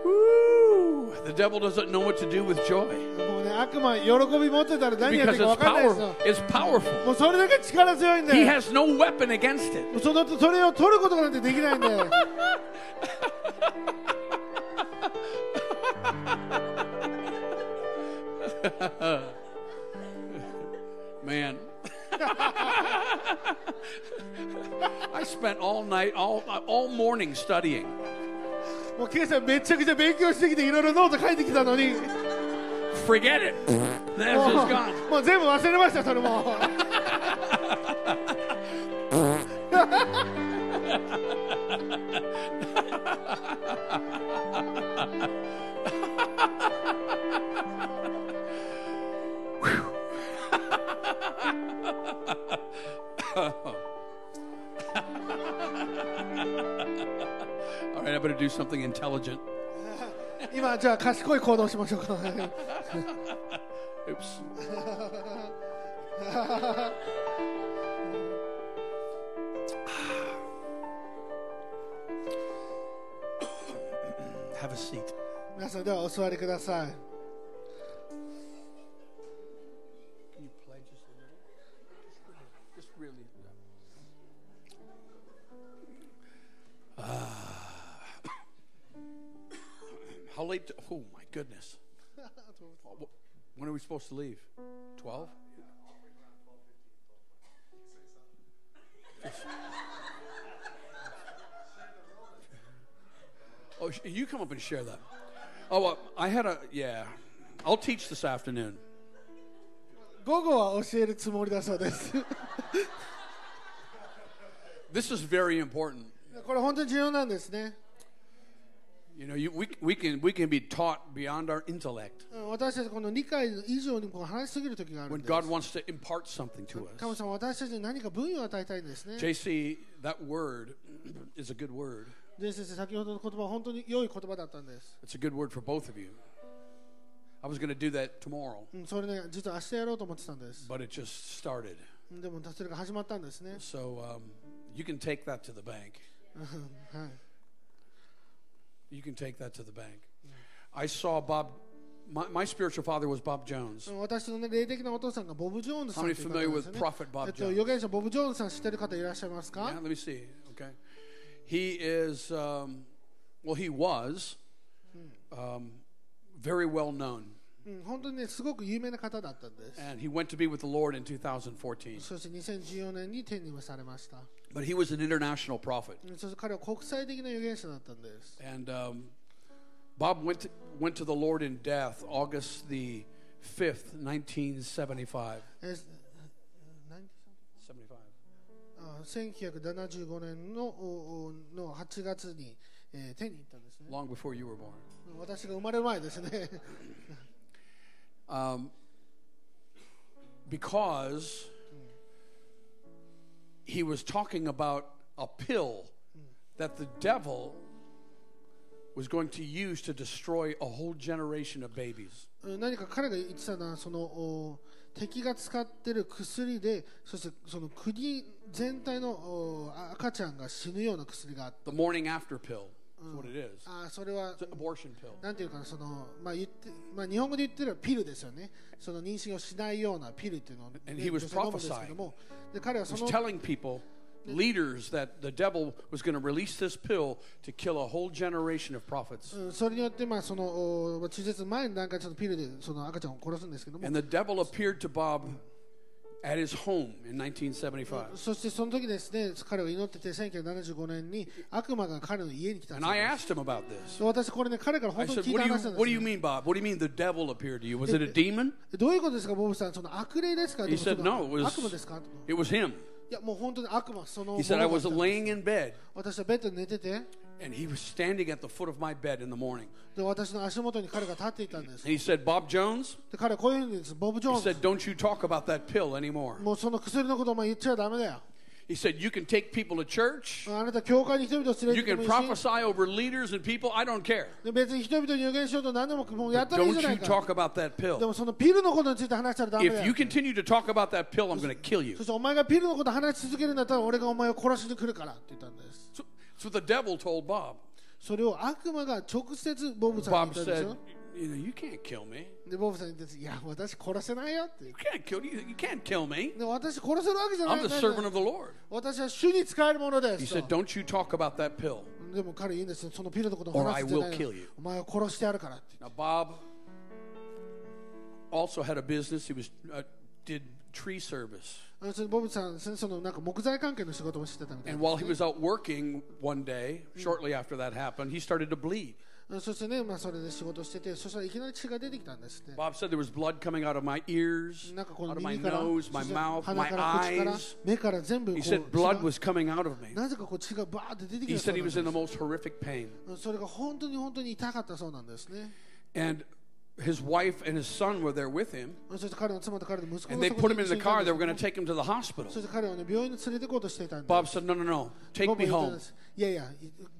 [SPEAKER 2] Woo! The devil doesn't know what to do with joy
[SPEAKER 3] もうね、悪魔、喜び持ってたら何やって
[SPEAKER 2] because it's
[SPEAKER 3] るか分かんないです
[SPEAKER 2] powerful.
[SPEAKER 3] よ。
[SPEAKER 2] It's powerful.
[SPEAKER 3] もうそれだけ力強いんだ
[SPEAKER 2] He
[SPEAKER 3] よ。
[SPEAKER 2] has no weapon against it.
[SPEAKER 3] もうそのそれを取ることなんてでき ないんだよ。
[SPEAKER 2] Man. I spent all night, all, all morning studying.
[SPEAKER 3] もうケイさんめちゃくちゃ勉強してきていろいろノート書いてきたのに、も
[SPEAKER 2] Forget it. This is
[SPEAKER 3] う
[SPEAKER 2] gone.
[SPEAKER 3] もう全部忘れました、それも。
[SPEAKER 2] All right, I better do something intelligent.
[SPEAKER 3] 今、じゃあ賢い行動しましょうか。
[SPEAKER 2] Oops. Have a seat.
[SPEAKER 3] 皆さんではお座りください
[SPEAKER 2] Can you play just a little? Just really. Just really. Ah. How late? do- oh my goodness. Wh- When are we supposed to leave? Twelve. Oh, sh- you come up and share that. Oh, uh, I had a yeah. I'll teach this afternoon.
[SPEAKER 3] 午後は教えるつもりだそうです
[SPEAKER 2] This is very important.
[SPEAKER 3] これ本当に重要なんですね
[SPEAKER 2] You know, you, we, we, can, we can be taught beyond our intellect
[SPEAKER 3] うん私たちこの理解以上にこう話しすぎる時があるん
[SPEAKER 2] when
[SPEAKER 3] です
[SPEAKER 2] God wants to impart something to
[SPEAKER 3] 神
[SPEAKER 2] us.
[SPEAKER 3] 様私たちに何か分野を与えたいんですね
[SPEAKER 2] JC, that word is a good word.
[SPEAKER 3] ジェイ先生先ほどの言葉は本当に良い言葉だったんです、
[SPEAKER 2] It's a good word for both of you. I was going to do that tomorrow,
[SPEAKER 3] うん、それね実は明日やろうと思ってたんです
[SPEAKER 2] but it just started.
[SPEAKER 3] うんでもそれが始まったんですね
[SPEAKER 2] So um, you can take that to the bank.
[SPEAKER 3] うんはい
[SPEAKER 2] You can take that to the bank. I saw Bob, my, my spiritual father was Bob Jones.
[SPEAKER 3] 私の、ね、霊的なお父さんがボブ・ジョーンズさ
[SPEAKER 2] How
[SPEAKER 3] ん
[SPEAKER 2] many
[SPEAKER 3] という方な
[SPEAKER 2] familiar
[SPEAKER 3] んで
[SPEAKER 2] with
[SPEAKER 3] すよね。
[SPEAKER 2] Prophet
[SPEAKER 3] えっ
[SPEAKER 2] Bob
[SPEAKER 3] と、
[SPEAKER 2] Jones?
[SPEAKER 3] 預言者ボブ・ジョーンズさん知ってる方いらっしゃいます
[SPEAKER 2] Yeah,
[SPEAKER 3] か
[SPEAKER 2] let me see. Okay. He is, um, well, he was um, very well known.
[SPEAKER 3] うん、本当にね、すごく有名な方だったんです。
[SPEAKER 2] And he went to be with the Lord in 2014.
[SPEAKER 3] そして2014年に天に召されました。
[SPEAKER 2] But he was an international prophet.
[SPEAKER 3] うんそして彼は国際的な預言者だったんです。
[SPEAKER 2] And um, Bob went to, went to the Lord in death August the 5th, 1975.
[SPEAKER 3] えー何
[SPEAKER 2] 75.
[SPEAKER 3] あ1975年のおおの8月に、えー天に行ったんですね。
[SPEAKER 2] Long before you were born.
[SPEAKER 3] 私が生まれる前ですね。
[SPEAKER 2] Um, because he was talking about a pill that the devil was going to use to destroy a whole generation of babies.
[SPEAKER 3] うん何か彼が言ってたのはそのお敵が使ってる薬でそしてその国全体のおあ赤ちゃんが死ぬような薬があって
[SPEAKER 2] The morning after pill is what it is.
[SPEAKER 3] あそれは
[SPEAKER 2] It's an abortion pill.
[SPEAKER 3] なんていうかなその、まあ言ってまあ、日本語で言ってるピルですよねその妊娠をしないようなピルっていうのを、ね、
[SPEAKER 2] And he was
[SPEAKER 3] 女性飲むんですけどもで彼はそ
[SPEAKER 2] He
[SPEAKER 3] の
[SPEAKER 2] was telling people, leaders, that the devil was going to release this pill to kill a whole generation of prophets.
[SPEAKER 3] うんそれによって、まあ、そのおまあ中絶前の段階でそのピルでその赤ちゃんを殺すんですけども
[SPEAKER 2] And the devil appeared to Bob at his home in 1975.
[SPEAKER 3] そしてその時ですね彼は祈ってて1975年に悪魔が彼の家に来たん
[SPEAKER 2] And
[SPEAKER 3] です
[SPEAKER 2] I asked him about this.
[SPEAKER 3] そう私これね彼から
[SPEAKER 2] I
[SPEAKER 3] 本当に
[SPEAKER 2] said,
[SPEAKER 3] 聞い
[SPEAKER 2] what do, you,
[SPEAKER 3] た話なん
[SPEAKER 2] what do
[SPEAKER 3] です
[SPEAKER 2] you
[SPEAKER 3] よ
[SPEAKER 2] mean, Bob? What do you mean the devil appeared to you? Was it a demon?
[SPEAKER 3] どういうことですかボブさんその悪霊ですか
[SPEAKER 2] He said,
[SPEAKER 3] でも
[SPEAKER 2] no, it
[SPEAKER 3] その
[SPEAKER 2] was,
[SPEAKER 3] 悪魔ですか
[SPEAKER 2] it was him.
[SPEAKER 3] いやもう本当に悪魔そ
[SPEAKER 2] He
[SPEAKER 3] のも
[SPEAKER 2] said,
[SPEAKER 3] の
[SPEAKER 2] I
[SPEAKER 3] が来
[SPEAKER 2] was
[SPEAKER 3] たんで
[SPEAKER 2] laying
[SPEAKER 3] す
[SPEAKER 2] in bed
[SPEAKER 3] 私はベッドで寝てて
[SPEAKER 2] and he was standing at the foot of my bed in the morning.
[SPEAKER 3] で私の足元に彼が立っていたんです
[SPEAKER 2] And he said, Bob Jones?
[SPEAKER 3] で彼はこういうふうに言うんですボブ・ジョ
[SPEAKER 2] He
[SPEAKER 3] ーン
[SPEAKER 2] said,
[SPEAKER 3] ズ
[SPEAKER 2] don't you talk about that pill anymore.
[SPEAKER 3] もうその薬のことお前言っちゃダメだよ
[SPEAKER 2] He said, you can take people to church.
[SPEAKER 3] あなた教会に人々を連れ
[SPEAKER 2] You
[SPEAKER 3] て行
[SPEAKER 2] can
[SPEAKER 3] ってもいいし
[SPEAKER 2] prophesy over leaders and people. I don't care.
[SPEAKER 3] で別に人々に予言しようと何でももうやったらいい
[SPEAKER 2] Don't
[SPEAKER 3] じゃな
[SPEAKER 2] you
[SPEAKER 3] いか
[SPEAKER 2] talk about that
[SPEAKER 3] で
[SPEAKER 2] pill.
[SPEAKER 3] もそのピルのことについて話したらダメだ
[SPEAKER 2] If
[SPEAKER 3] よ
[SPEAKER 2] you continue to talk about that pill, I'm going to kill you.
[SPEAKER 3] そしてお前がピルのこと話し続けるんだったら俺がお前を殺しに来るからって言ったんです
[SPEAKER 2] So- That's what the devil told Bob.
[SPEAKER 3] それを悪魔が直接ボブさんに
[SPEAKER 2] Bob
[SPEAKER 3] 言ったん
[SPEAKER 2] said,
[SPEAKER 3] ですよ
[SPEAKER 2] you know, you can't kill me.
[SPEAKER 3] でボブさんに言って「いや私殺せないよ」って言
[SPEAKER 2] You
[SPEAKER 3] う
[SPEAKER 2] can't kill you. You can't kill me.
[SPEAKER 3] で私殺せるわけじゃない
[SPEAKER 2] I'm
[SPEAKER 3] な
[SPEAKER 2] the
[SPEAKER 3] い
[SPEAKER 2] servant of the Lord.
[SPEAKER 3] 私は主に使えるものです
[SPEAKER 2] He said,
[SPEAKER 3] と
[SPEAKER 2] Don't you talk about that pill.
[SPEAKER 3] でも彼言うんですよそのピルのことを
[SPEAKER 2] Or
[SPEAKER 3] 話
[SPEAKER 2] I
[SPEAKER 3] すんじゃな
[SPEAKER 2] will
[SPEAKER 3] い
[SPEAKER 2] kill
[SPEAKER 3] よ
[SPEAKER 2] you.
[SPEAKER 3] お前を殺してやるからって
[SPEAKER 2] Now, Bob also had a business. He was uh, did tree service.
[SPEAKER 3] あのそのボブさんそのなんか木材関係の仕事もしてたみたい
[SPEAKER 2] And
[SPEAKER 3] な
[SPEAKER 2] while he was out working one day, shortly after that happened, he started to bleed.
[SPEAKER 3] あそしてね、まあ、それで仕事しててそしたらいきなり血が出てきたんですって
[SPEAKER 2] Bob said there was blood coming out of my ears,
[SPEAKER 3] なんかこの
[SPEAKER 2] out of my
[SPEAKER 3] 耳から、
[SPEAKER 2] nose,
[SPEAKER 3] そ
[SPEAKER 2] my
[SPEAKER 3] して
[SPEAKER 2] mouth,
[SPEAKER 3] 鼻
[SPEAKER 2] my
[SPEAKER 3] から口から
[SPEAKER 2] eyes.
[SPEAKER 3] 目から全部こ
[SPEAKER 2] He
[SPEAKER 3] う血
[SPEAKER 2] said blood
[SPEAKER 3] が
[SPEAKER 2] was coming out of me.
[SPEAKER 3] なぜかこう血がバーって出てき
[SPEAKER 2] He
[SPEAKER 3] たそ
[SPEAKER 2] Oh, said
[SPEAKER 3] うな
[SPEAKER 2] he
[SPEAKER 3] んで
[SPEAKER 2] was
[SPEAKER 3] す
[SPEAKER 2] in the most horrific pain.
[SPEAKER 3] それが本当に本当に痛かったそうなんですね
[SPEAKER 2] And his wife and his son were there with him.
[SPEAKER 3] そして彼の妻と彼の息子が
[SPEAKER 2] And they
[SPEAKER 3] そこ
[SPEAKER 2] put
[SPEAKER 3] に
[SPEAKER 2] him in
[SPEAKER 3] 一緒
[SPEAKER 2] the
[SPEAKER 3] にいた
[SPEAKER 2] car.
[SPEAKER 3] んで
[SPEAKER 2] They were
[SPEAKER 3] す
[SPEAKER 2] going to take him to the hospital.
[SPEAKER 3] そして彼を、ね、病院に連れて行こうとしていたんです
[SPEAKER 2] Bob said, No, no, no. Take me
[SPEAKER 3] 僕も言ったん
[SPEAKER 2] home.
[SPEAKER 3] ですいやいや、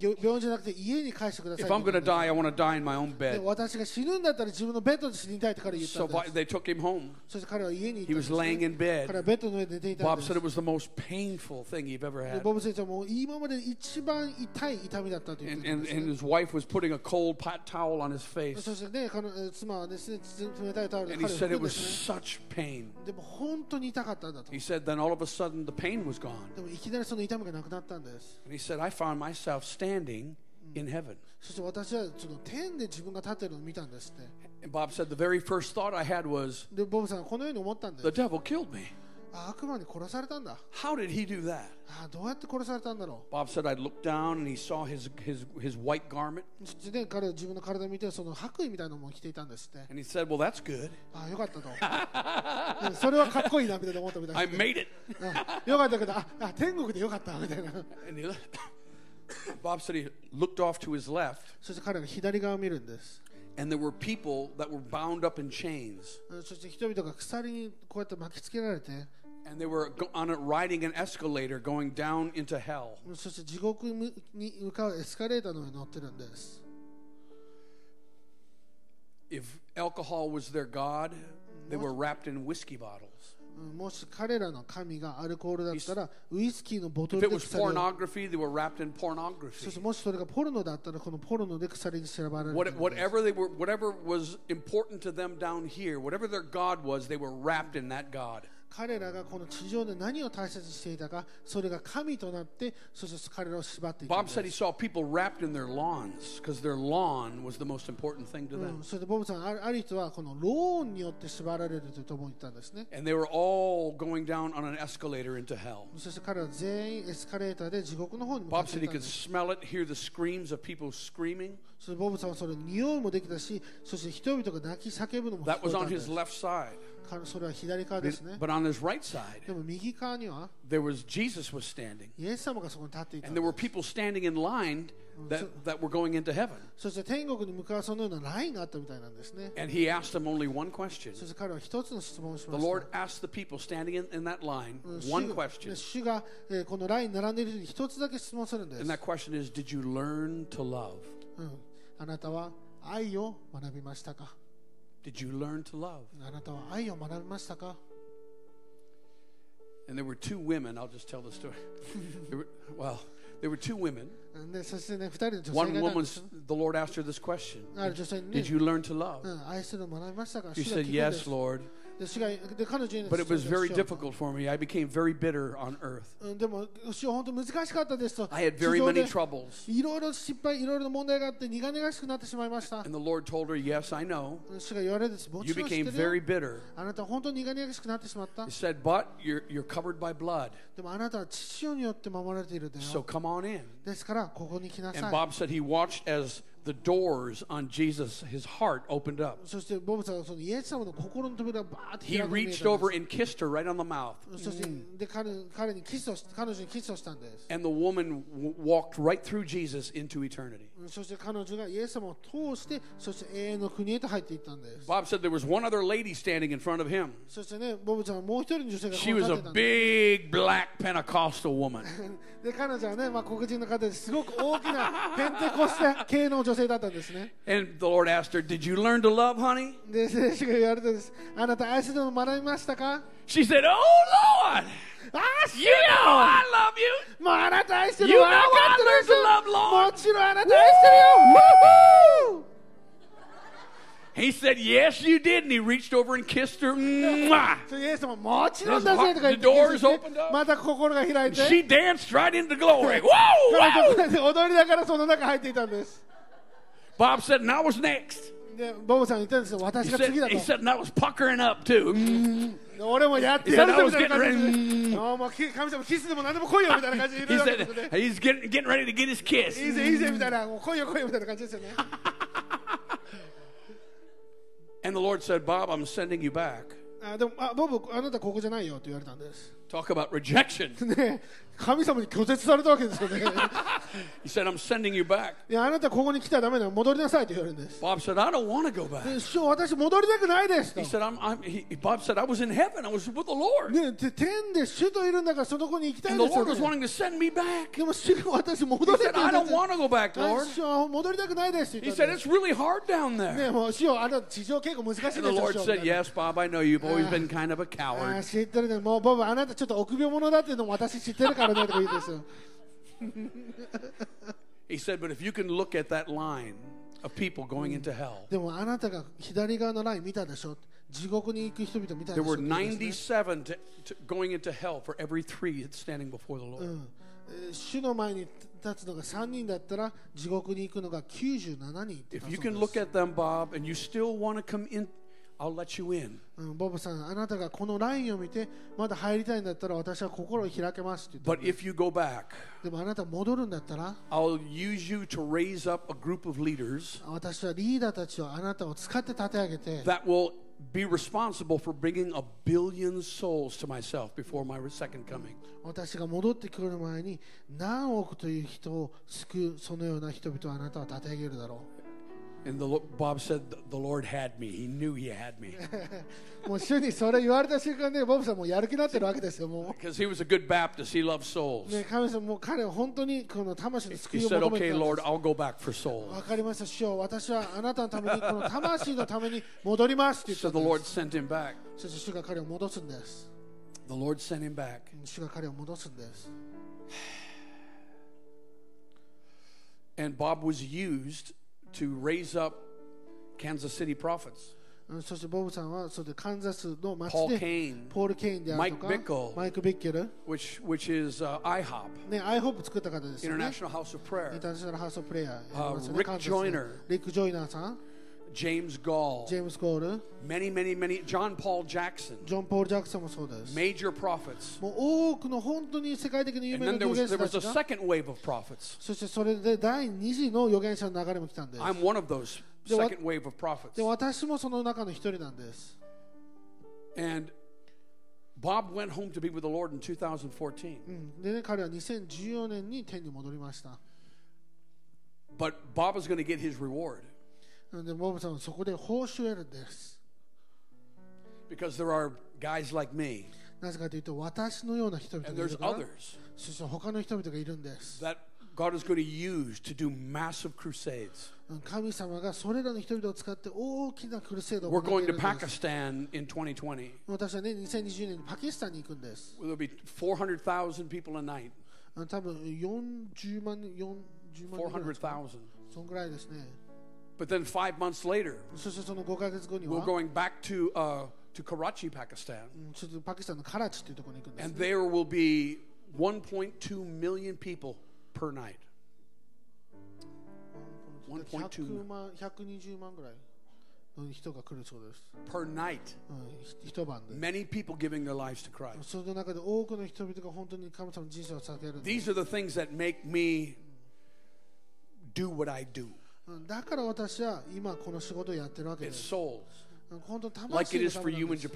[SPEAKER 3] 病病院じゃなくて家に返してください
[SPEAKER 2] If I'm
[SPEAKER 3] と
[SPEAKER 2] going to die, I want to die in my own
[SPEAKER 3] で
[SPEAKER 2] bed.
[SPEAKER 3] 私が死ぬんだったら自分のベッドで死にたいって彼は言った
[SPEAKER 2] So
[SPEAKER 3] ん
[SPEAKER 2] Bob-
[SPEAKER 3] です。
[SPEAKER 2] they took him home.
[SPEAKER 3] そして彼は家に
[SPEAKER 2] He
[SPEAKER 3] 行っ
[SPEAKER 2] was
[SPEAKER 3] たんです
[SPEAKER 2] laying
[SPEAKER 3] ね
[SPEAKER 2] in
[SPEAKER 3] 彼
[SPEAKER 2] bed.
[SPEAKER 3] はベッドの上で寝ていたん
[SPEAKER 2] Bob
[SPEAKER 3] です
[SPEAKER 2] said it was the most painful thing he've ever
[SPEAKER 3] で
[SPEAKER 2] had.
[SPEAKER 3] ボブ先生はもう今までで一番痛い痛みだったと言っ
[SPEAKER 2] And,
[SPEAKER 3] てたん
[SPEAKER 2] and,
[SPEAKER 3] で
[SPEAKER 2] and his
[SPEAKER 3] すね、
[SPEAKER 2] wife was putting a cold hot towel on his face.
[SPEAKER 3] そしてね彼のえー妻はですね冷たいタオルで
[SPEAKER 2] And he
[SPEAKER 3] 彼を
[SPEAKER 2] said it
[SPEAKER 3] 拭くんで
[SPEAKER 2] was
[SPEAKER 3] すね
[SPEAKER 2] such pain.
[SPEAKER 3] でも本当に痛かったんだと
[SPEAKER 2] He said then all of a sudden the pain was gone.
[SPEAKER 3] でもいきなりその痛みがなくなったんです。
[SPEAKER 2] And he said, I found myself standing in heaven.
[SPEAKER 3] そして私はその天で自分が立ってるのを見たんですって。
[SPEAKER 2] And Bob said, the very first thought I had was,
[SPEAKER 3] で、ボブさんはこのように思ったんです
[SPEAKER 2] the。devil killed me.
[SPEAKER 3] あ、悪魔に殺されたんだ。
[SPEAKER 2] How did he do that?
[SPEAKER 3] あ、どうやって殺されたんだろ
[SPEAKER 2] Bob said, I looked down and he saw his, his, his white garment.
[SPEAKER 3] う。そしてね彼は自分の体を見てその白衣みたいなものを着ていたんですって。
[SPEAKER 2] And he said, Well, that's good.
[SPEAKER 3] あ、よかったと。うんそれはかっこいいなみたいな思ったみた
[SPEAKER 2] I
[SPEAKER 3] いな。
[SPEAKER 2] made it.
[SPEAKER 3] あよかったけど、あ、あ天国でよかったみたいな。
[SPEAKER 2] And he, Bob said he looked off to his left
[SPEAKER 3] そして彼が左側を見るんです。
[SPEAKER 2] and there were people that were bound up in chains.
[SPEAKER 3] うんそして人々が鎖にこうやって巻きつけられて、
[SPEAKER 2] And they were go- on a, riding an escalator going down into hell.
[SPEAKER 3] うんそして地獄に向かうエスカレーターの上に乗ってるんです。
[SPEAKER 2] If alcohol was their god, they were wrapped in whiskey bottles.
[SPEAKER 3] うんもし彼らの神がアルコールだったらウイスキーのボト
[SPEAKER 2] If
[SPEAKER 3] ル
[SPEAKER 2] it
[SPEAKER 3] で
[SPEAKER 2] was
[SPEAKER 3] 鎖を
[SPEAKER 2] pornography, they were wrapped in
[SPEAKER 3] そし
[SPEAKER 2] pornography.
[SPEAKER 3] てもしそれがポルノだったらこのポルノで鎖に縛られてる
[SPEAKER 2] What,
[SPEAKER 3] んです
[SPEAKER 2] whatever they were, whatever was important to them down here, whatever their god was, they were wrapped in that god.
[SPEAKER 3] 彼らがこの地上で何を大切にしていたかそれが神となってそして彼らを縛っていたん
[SPEAKER 2] Bob
[SPEAKER 3] で
[SPEAKER 2] said he
[SPEAKER 3] す
[SPEAKER 2] saw people wrapped in their lawns because their lawn was the most important thing to
[SPEAKER 3] うん
[SPEAKER 2] them.
[SPEAKER 3] それでボブさんあるある人はこのローンによって縛られるというと思ったんですね
[SPEAKER 2] And they were all going down on an escalator into hell.
[SPEAKER 3] そして彼ら全員エスカレーターで地獄の方に向かっ
[SPEAKER 2] Bob
[SPEAKER 3] て
[SPEAKER 2] said
[SPEAKER 3] い
[SPEAKER 2] he
[SPEAKER 3] たんで
[SPEAKER 2] could
[SPEAKER 3] す
[SPEAKER 2] smell it, hear the screams of people screaming.
[SPEAKER 3] それでボブさんはそれ匂いもできたしそして人々が泣き叫ぶのも聞
[SPEAKER 2] That
[SPEAKER 3] こえ
[SPEAKER 2] was
[SPEAKER 3] たん
[SPEAKER 2] on
[SPEAKER 3] です
[SPEAKER 2] his left side.
[SPEAKER 3] 彼それは左側ですね
[SPEAKER 2] But on his right side,
[SPEAKER 3] でも右側には
[SPEAKER 2] there was Jesus was standing.
[SPEAKER 3] イエス様がそこに立っていた
[SPEAKER 2] And
[SPEAKER 3] んで
[SPEAKER 2] there were
[SPEAKER 3] す
[SPEAKER 2] people standing in line that, that were going into heaven.
[SPEAKER 3] そして天国に向かうそのようなラインがあったみたいなんですね
[SPEAKER 2] And he asked them only one question.
[SPEAKER 3] そして彼は一つの質問をし
[SPEAKER 2] The
[SPEAKER 3] ました
[SPEAKER 2] Lord asked the people standing in, in that line
[SPEAKER 3] うん主
[SPEAKER 2] one
[SPEAKER 3] が
[SPEAKER 2] question.
[SPEAKER 3] 主が、えーこのラインに並んでいる人に一つだけ質問するんです
[SPEAKER 2] And that question is Did you learn to love?
[SPEAKER 3] うん、あなたは愛を学びましたか
[SPEAKER 2] Did you learn to love?
[SPEAKER 3] あなたは愛を学びましたか
[SPEAKER 2] And there were two women. I'll just tell the story. There were- well, there were two women.
[SPEAKER 3] うんでそしてね二人の女性
[SPEAKER 2] One
[SPEAKER 3] がいたん
[SPEAKER 2] woman,
[SPEAKER 3] ですね
[SPEAKER 2] the Lord asked her this question
[SPEAKER 3] ある女性に、ね
[SPEAKER 2] Did you learn to love?
[SPEAKER 3] うん、愛するのを学びましたか
[SPEAKER 2] She
[SPEAKER 3] 主が聞
[SPEAKER 2] said,
[SPEAKER 3] くんです
[SPEAKER 2] Uh, Yes, Lord.
[SPEAKER 3] で主がで彼女に
[SPEAKER 2] But it was
[SPEAKER 3] 主が
[SPEAKER 2] very
[SPEAKER 3] 主よ
[SPEAKER 2] difficult for me. I became very bitter on earth.
[SPEAKER 3] うん、でも主は本当難しかったですと
[SPEAKER 2] I had very many
[SPEAKER 3] 地上
[SPEAKER 2] troubles.
[SPEAKER 3] でいろいろ失敗いろいろな問題があって苦々しくなってしまいました
[SPEAKER 2] And the Lord told her, Yes, I know.
[SPEAKER 3] 主が言われるんです。も
[SPEAKER 2] You
[SPEAKER 3] ちろん知っ
[SPEAKER 2] became
[SPEAKER 3] てる
[SPEAKER 2] very bitter.
[SPEAKER 3] よあなたは本当に苦々しくなってしまった。
[SPEAKER 2] He
[SPEAKER 3] で
[SPEAKER 2] said, But you're, you're covered by blood.
[SPEAKER 3] もあなたは父親によって守られているんだ
[SPEAKER 2] So
[SPEAKER 3] よ。
[SPEAKER 2] come on in.
[SPEAKER 3] ですから、ここに来な
[SPEAKER 2] And
[SPEAKER 3] さ
[SPEAKER 2] Bob said he watched as the doors on Jesus, his heart, opened up.
[SPEAKER 3] い。そして、ボブさんはそのイエス様の心の扉がバーって
[SPEAKER 2] He
[SPEAKER 3] 開くのを見えたんです
[SPEAKER 2] reached over and kissed her right on the mouth.
[SPEAKER 3] そして、で彼彼にキスをし彼女にキスをしたんです。
[SPEAKER 2] And the woman w- walked right through Jesus into eternity.
[SPEAKER 3] そして彼女がイエス様を通して、そして永遠の国へと入っていったんです。
[SPEAKER 2] Bob said there was one other lady standing in front of him.
[SPEAKER 3] そしてね、ボブちゃんはもう一人の女性が
[SPEAKER 2] She
[SPEAKER 3] ここに
[SPEAKER 2] was a
[SPEAKER 3] 立ってたんで
[SPEAKER 2] big black Pentecostal woman.
[SPEAKER 3] す。で、彼女はね、まあ、黒人の方ですごく大きな ペンテコステ系の女性だったんですね。
[SPEAKER 2] And the Lord asked her, Did you learn to love, honey?
[SPEAKER 3] で、選手が言われたんです。あなた愛するのを学びましたか
[SPEAKER 2] She said, Oh, Lord,
[SPEAKER 3] ああ、し
[SPEAKER 2] you know I love you.
[SPEAKER 3] もうあなた愛してる
[SPEAKER 2] You
[SPEAKER 3] よ
[SPEAKER 2] know
[SPEAKER 3] 分か
[SPEAKER 2] I
[SPEAKER 3] ってる
[SPEAKER 2] learned to love,
[SPEAKER 3] も
[SPEAKER 2] Lord.
[SPEAKER 3] ちろんあなた愛してるよ
[SPEAKER 2] He said, Yes, you did. And he reached over and kissed her. Mwah.
[SPEAKER 3] それイエス様もちろんだぜとか言って
[SPEAKER 2] The doors
[SPEAKER 3] キスして
[SPEAKER 2] opened up.
[SPEAKER 3] また心が開いて
[SPEAKER 2] She danced right into glory. Whoa! whoa.
[SPEAKER 3] 彼女こうやって踊りながらその中入っていたんです
[SPEAKER 2] Bob said, And I was next.
[SPEAKER 3] でボブさん言ったんですよ私
[SPEAKER 2] He
[SPEAKER 3] が次だ
[SPEAKER 2] said,
[SPEAKER 3] と
[SPEAKER 2] he said, and I was puckering up too.
[SPEAKER 3] で俺もやってやる
[SPEAKER 2] He said,
[SPEAKER 3] ぞみたいな
[SPEAKER 2] I was getting
[SPEAKER 3] 感じ
[SPEAKER 2] ready.
[SPEAKER 3] であもうき神様キスでも何でも来いよみたいな感じでいろ
[SPEAKER 2] He
[SPEAKER 3] いろ
[SPEAKER 2] said,
[SPEAKER 3] ね
[SPEAKER 2] he's getting, getting ready to get his
[SPEAKER 3] い
[SPEAKER 2] kiss.
[SPEAKER 3] いぜいいぜみたいなもう来いよ来いよみたいな感じですよね
[SPEAKER 2] And the Lord said, Bob, I'm sending you back.
[SPEAKER 3] あでもあボブあなたここじゃないよって言われたんです
[SPEAKER 2] Talk about rejection.
[SPEAKER 3] ね神様に拒絶されたわけですよね
[SPEAKER 2] He said, I'm sending you back.
[SPEAKER 3] いやあなたここに来たらダメだ戻りなさいと言われるんです
[SPEAKER 2] Bob said, I don't want to go back.
[SPEAKER 3] で師匠私戻りたくないですと
[SPEAKER 2] He said, I'm, I'm, he, Bob said, I was in heaven. I was with the Lord.
[SPEAKER 3] ね、て天で主といるんだからその子に行きたいん
[SPEAKER 2] And the
[SPEAKER 3] ですよ、
[SPEAKER 2] Lord was、wanting
[SPEAKER 3] ね
[SPEAKER 2] to send me back.
[SPEAKER 3] でも主が私戻
[SPEAKER 2] He
[SPEAKER 3] れって
[SPEAKER 2] said,
[SPEAKER 3] 言
[SPEAKER 2] I
[SPEAKER 3] うん
[SPEAKER 2] don't
[SPEAKER 3] です
[SPEAKER 2] want
[SPEAKER 3] よ
[SPEAKER 2] to go back, Lord.
[SPEAKER 3] 主は戻りたくないですって
[SPEAKER 2] He
[SPEAKER 3] 言ったん
[SPEAKER 2] said,
[SPEAKER 3] です
[SPEAKER 2] It's really hard down there.
[SPEAKER 3] ね、もう主よあなた地上結構難しいですよ
[SPEAKER 2] And the Lord
[SPEAKER 3] 師匠
[SPEAKER 2] said, Yes, Bob, I know you've always been kind of a
[SPEAKER 3] あ
[SPEAKER 2] coward.
[SPEAKER 3] ー知ってるねもうボブあなたちょっと臆病者だっていうのも私知ってるからねとか言うんですよ
[SPEAKER 2] He said, But if you can look at that line of people going into hell,
[SPEAKER 3] でもあなたが左側のライン見たでしょ地獄に行く人々見たで
[SPEAKER 2] there
[SPEAKER 3] しょ
[SPEAKER 2] were
[SPEAKER 3] って言うんですね
[SPEAKER 2] 97 to, to going into hell for every three standing before the Lord.
[SPEAKER 3] えー主の前に立つのが3人だったら地獄に行くのが97人っ
[SPEAKER 2] If
[SPEAKER 3] て言った
[SPEAKER 2] you
[SPEAKER 3] そ
[SPEAKER 2] can
[SPEAKER 3] うで
[SPEAKER 2] look
[SPEAKER 3] す、
[SPEAKER 2] at them, Bob, and you still want to come in, I'll let you in.
[SPEAKER 3] うん、ボブさんあなたがこのラインを見てまだ入りたいんだったら私は心を開けますって言っ
[SPEAKER 2] But
[SPEAKER 3] て
[SPEAKER 2] if you go back,
[SPEAKER 3] でもあなた戻るんだったら
[SPEAKER 2] I'll use you to raise up a group of leaders
[SPEAKER 3] 私はリーダーたちをあなたを使って立て上げて
[SPEAKER 2] that will be responsible for bringing a billion souls to myself before my second coming.
[SPEAKER 3] 私が戻ってくる前に何億という人を救うそのような人々をあなたは立て上げるだろ
[SPEAKER 2] And the, Lo- Bob said, "The- The Lord had me. He knew He had me.
[SPEAKER 3] うもう主にそれ言われた瞬間でボブさんもうやる気になってるわけですよも
[SPEAKER 2] Because he was a good Baptist. He loved
[SPEAKER 3] う、
[SPEAKER 2] souls.
[SPEAKER 3] ね、神様もう彼は本当にこの魂の
[SPEAKER 2] He
[SPEAKER 3] 救いを
[SPEAKER 2] said,
[SPEAKER 3] 求めて
[SPEAKER 2] Okay,
[SPEAKER 3] たんで
[SPEAKER 2] Lord,
[SPEAKER 3] す
[SPEAKER 2] I'll go back for souls.
[SPEAKER 3] わかりました師匠私はあなたのためにこの魂のために戻りますって言っ
[SPEAKER 2] So
[SPEAKER 3] た
[SPEAKER 2] the
[SPEAKER 3] んで
[SPEAKER 2] Lord
[SPEAKER 3] す
[SPEAKER 2] sent him back.
[SPEAKER 3] そして主が彼を戻すんです
[SPEAKER 2] The Lord sent him back.
[SPEAKER 3] 主が彼を戻すんです
[SPEAKER 2] And Bob was used to raise up Kansas City prophets.
[SPEAKER 3] うんそしてボブさんはそれでカンザスの町
[SPEAKER 2] Paul
[SPEAKER 3] で
[SPEAKER 2] Kane,
[SPEAKER 3] ポール・ケインであるとか
[SPEAKER 2] Mike Bickle
[SPEAKER 3] マイク・ビッケル、
[SPEAKER 2] which, which is uh, IHOP,
[SPEAKER 3] ね、アイホップ作った方ですよね
[SPEAKER 2] International House of
[SPEAKER 3] イン
[SPEAKER 2] Prayer.
[SPEAKER 3] ターナショナルハウスオブプレイヤーやります
[SPEAKER 2] Uh,
[SPEAKER 3] よね
[SPEAKER 2] Rick
[SPEAKER 3] カンザス
[SPEAKER 2] Joyner
[SPEAKER 3] リック・ジョイナーさん、
[SPEAKER 2] James Gall.
[SPEAKER 3] ジェームス・ゴール、
[SPEAKER 2] Many, many, many. John Paul Jackson.
[SPEAKER 3] ジョン・ポール・ジャクソンもそうです。
[SPEAKER 2] Major prophets.
[SPEAKER 3] もう多くの本当に世界的に有
[SPEAKER 2] And
[SPEAKER 3] 名な
[SPEAKER 2] then there
[SPEAKER 3] 預
[SPEAKER 2] was,
[SPEAKER 3] 言
[SPEAKER 2] there
[SPEAKER 3] 者
[SPEAKER 2] was
[SPEAKER 3] た
[SPEAKER 2] a
[SPEAKER 3] ちが、
[SPEAKER 2] second wave of prophets.
[SPEAKER 3] そしてそれで第2次の預言者の流れも来たんです。
[SPEAKER 2] I'm one of those
[SPEAKER 3] The what-
[SPEAKER 2] second wave of prophets.
[SPEAKER 3] で、私もその中の一人なんです。
[SPEAKER 2] And Bob went home to be with the Lord in 2014.
[SPEAKER 3] うんでね、彼は2014年に天に戻りました。
[SPEAKER 2] But Bob is going to get his reward
[SPEAKER 3] なので、ボブさんはそこで報酬を得るんです。
[SPEAKER 2] because there are guys like me
[SPEAKER 3] なぜかというと、私のような人々
[SPEAKER 2] and
[SPEAKER 3] がい
[SPEAKER 2] there's
[SPEAKER 3] るから、
[SPEAKER 2] others
[SPEAKER 3] そして他の人々がいるんです。
[SPEAKER 2] that God is going to use to do massive crusades.
[SPEAKER 3] うん神様がそれらの人々を使って大きなクルセードを
[SPEAKER 2] We're
[SPEAKER 3] 行っ
[SPEAKER 2] going
[SPEAKER 3] て
[SPEAKER 2] to
[SPEAKER 3] いるんです。
[SPEAKER 2] Pakistan in 2020.
[SPEAKER 3] 私はね、2020年にパキスタンに行くんです。
[SPEAKER 2] There'll be 400,000 people a night.
[SPEAKER 3] あの多分40万人、40万人ぐらいですか。
[SPEAKER 2] 400,000.
[SPEAKER 3] そんぐらいですね。
[SPEAKER 2] But then five months later,
[SPEAKER 3] そしてその5ヶ月後に
[SPEAKER 2] we're
[SPEAKER 3] は、
[SPEAKER 2] going back to, uh, to Karachi, Pakistan.
[SPEAKER 3] うんちょっとパキスタンのカラチっていうところに行くんです
[SPEAKER 2] And。there will be 1.2 million people per night. 1.2
[SPEAKER 3] 100万、120万ぐらいの人が来るそうです。
[SPEAKER 2] Per night.
[SPEAKER 3] うんひ一晩で。
[SPEAKER 2] Many people giving their lives to Christ.
[SPEAKER 3] その中で多くの人々が本当に神様の人生を捧げるんです。
[SPEAKER 2] These are the things that make me do what I do.
[SPEAKER 3] うんだから私は今この仕事をやってるわけで
[SPEAKER 2] It's
[SPEAKER 3] す。
[SPEAKER 2] souls,
[SPEAKER 3] うん本当に
[SPEAKER 2] like it is
[SPEAKER 3] 魂のた
[SPEAKER 2] for
[SPEAKER 3] めな
[SPEAKER 2] you
[SPEAKER 3] んで
[SPEAKER 2] in
[SPEAKER 3] す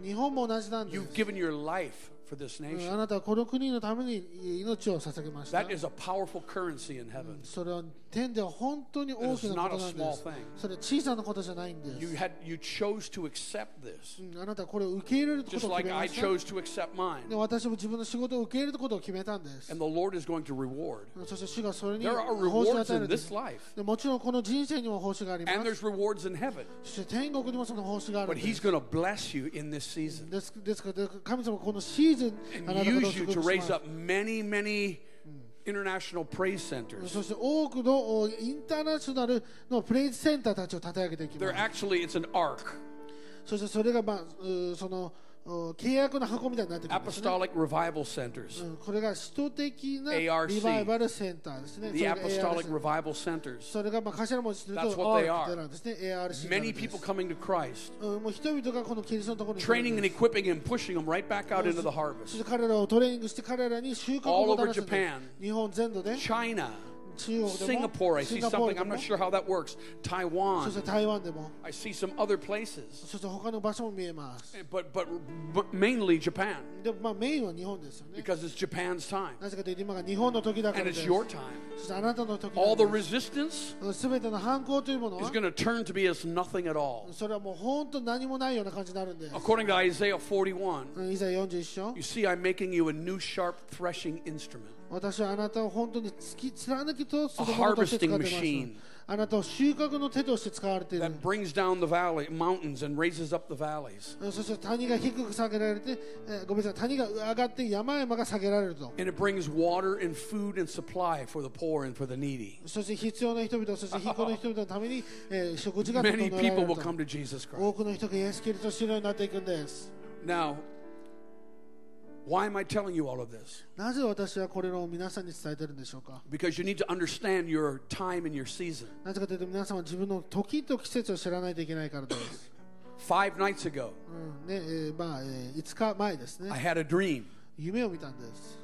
[SPEAKER 2] Japan.
[SPEAKER 3] 日本も同じなんです
[SPEAKER 2] You've。given your life for this
[SPEAKER 3] うん
[SPEAKER 2] nation.
[SPEAKER 3] あなたはこの国のために命を捧げました。
[SPEAKER 2] That is a powerful currency in heaven.
[SPEAKER 3] それは天では本当に大きなことなん
[SPEAKER 2] It is not a
[SPEAKER 3] で
[SPEAKER 2] small
[SPEAKER 3] す
[SPEAKER 2] thing.
[SPEAKER 3] それは小さなことじゃないんで
[SPEAKER 2] You
[SPEAKER 3] す
[SPEAKER 2] had you chose to accept this,
[SPEAKER 3] うんあなたはこれを受け入れること
[SPEAKER 2] just
[SPEAKER 3] を
[SPEAKER 2] like
[SPEAKER 3] 決め
[SPEAKER 2] I
[SPEAKER 3] ました
[SPEAKER 2] chose to accept
[SPEAKER 3] で
[SPEAKER 2] mine.
[SPEAKER 3] 私も自分の仕事を受け入れることを決めたんです
[SPEAKER 2] And the Lord is going to reward.
[SPEAKER 3] そして主がそれに
[SPEAKER 2] There are
[SPEAKER 3] 報酬
[SPEAKER 2] rewards
[SPEAKER 3] を与え
[SPEAKER 2] in
[SPEAKER 3] るんで
[SPEAKER 2] this
[SPEAKER 3] す
[SPEAKER 2] life,
[SPEAKER 3] でもちろんこの人生にも報酬がありま
[SPEAKER 2] and
[SPEAKER 3] す
[SPEAKER 2] there's rewards in heaven.
[SPEAKER 3] そして天国にもその報酬がある
[SPEAKER 2] But
[SPEAKER 3] ん
[SPEAKER 2] He's
[SPEAKER 3] です
[SPEAKER 2] going to bless you in this season
[SPEAKER 3] ですですから神様はこのシーズンあ
[SPEAKER 2] and
[SPEAKER 3] なた方を
[SPEAKER 2] use
[SPEAKER 3] 祝
[SPEAKER 2] you to
[SPEAKER 3] 福し
[SPEAKER 2] raise
[SPEAKER 3] ま
[SPEAKER 2] up many, many international praise centers.
[SPEAKER 3] すそして多くのおインターナショナルのプレイズセンターたちを立て上げていきま
[SPEAKER 2] They're
[SPEAKER 3] す
[SPEAKER 2] actually it's an ark,
[SPEAKER 3] そしてそれが、まあ、うーそのお契約の箱みたいになってくるんですね
[SPEAKER 2] apostolic revival centers,
[SPEAKER 3] うんこれが使徒的な
[SPEAKER 2] ARC
[SPEAKER 3] リバイバルセンターですね。そ
[SPEAKER 2] the
[SPEAKER 3] れが ARC
[SPEAKER 2] apostolic revival centers.
[SPEAKER 3] それがまあ頭文字する
[SPEAKER 2] That's
[SPEAKER 3] と
[SPEAKER 2] what they
[SPEAKER 3] と
[SPEAKER 2] are.
[SPEAKER 3] なんですね。ARC な
[SPEAKER 2] Many
[SPEAKER 3] んです
[SPEAKER 2] people coming to Christ,
[SPEAKER 3] うんもう人々がこのキリストのところに来る
[SPEAKER 2] training
[SPEAKER 3] ん
[SPEAKER 2] and
[SPEAKER 3] です
[SPEAKER 2] equipping and pushing them right back out into the
[SPEAKER 3] そ
[SPEAKER 2] harvest.
[SPEAKER 3] して彼らをトレーニングして彼らに収穫をもたらすん
[SPEAKER 2] All over
[SPEAKER 3] で
[SPEAKER 2] Japan.
[SPEAKER 3] す。日本全土で
[SPEAKER 2] China,
[SPEAKER 3] 中国でも
[SPEAKER 2] Singapore, I
[SPEAKER 3] シ
[SPEAKER 2] see
[SPEAKER 3] ンガポー
[SPEAKER 2] something,
[SPEAKER 3] ルで
[SPEAKER 2] I'm
[SPEAKER 3] も
[SPEAKER 2] not sure how that works.
[SPEAKER 3] そして
[SPEAKER 2] Taiwan,
[SPEAKER 3] 台湾でも
[SPEAKER 2] I see some other places,
[SPEAKER 3] そして他の場所も見えます
[SPEAKER 2] but, but, but mainly Japan,
[SPEAKER 3] でもまあメインは日本ですよね
[SPEAKER 2] because it's Japan's time
[SPEAKER 3] なぜかというと今が日本の時だから
[SPEAKER 2] and
[SPEAKER 3] で
[SPEAKER 2] it's
[SPEAKER 3] すそ
[SPEAKER 2] your time.
[SPEAKER 3] してあなたの時
[SPEAKER 2] All the
[SPEAKER 3] だ
[SPEAKER 2] resistance
[SPEAKER 3] すべての反抗というもの
[SPEAKER 2] is
[SPEAKER 3] は
[SPEAKER 2] going to turn to be as nothing at all.
[SPEAKER 3] それはもう本当何もないような感じになるんで
[SPEAKER 2] According to Isaiah 41,
[SPEAKER 3] いざ41章
[SPEAKER 2] you see, I'm making you a new sharp threshing instrument.
[SPEAKER 3] 私はあなたを本当に突き貫き通す
[SPEAKER 2] A
[SPEAKER 3] ものとして使ってい
[SPEAKER 2] harvesting
[SPEAKER 3] ますあなたを収穫の手として使われている
[SPEAKER 2] that brings down the valley mountains and raises up the valleys
[SPEAKER 3] そして谷が低く下げられて、えーごめんなさい谷が上がって山々が下げられると
[SPEAKER 2] and it brings water and food and supply for the poor and for the needy
[SPEAKER 3] そして必要な人々そして貧困の人々のために、えー食事が整え
[SPEAKER 2] many
[SPEAKER 3] られ
[SPEAKER 2] people
[SPEAKER 3] る
[SPEAKER 2] will
[SPEAKER 3] と
[SPEAKER 2] come to jesus
[SPEAKER 3] 多
[SPEAKER 2] christ
[SPEAKER 3] くの人がイエス・キリストを知るようになっていくんです
[SPEAKER 2] now why am i telling you all of this
[SPEAKER 3] なぜ私はこれらを皆さんに伝えてるんでしょうか
[SPEAKER 2] because you need to understand your time and your season
[SPEAKER 3] なぜかというと皆さんは自分の時と季節を知らないといけないからです、
[SPEAKER 2] five nights ago
[SPEAKER 3] うんねえーまあえー5日前です
[SPEAKER 2] i
[SPEAKER 3] ね
[SPEAKER 2] had a dream
[SPEAKER 3] 夢を見たんです、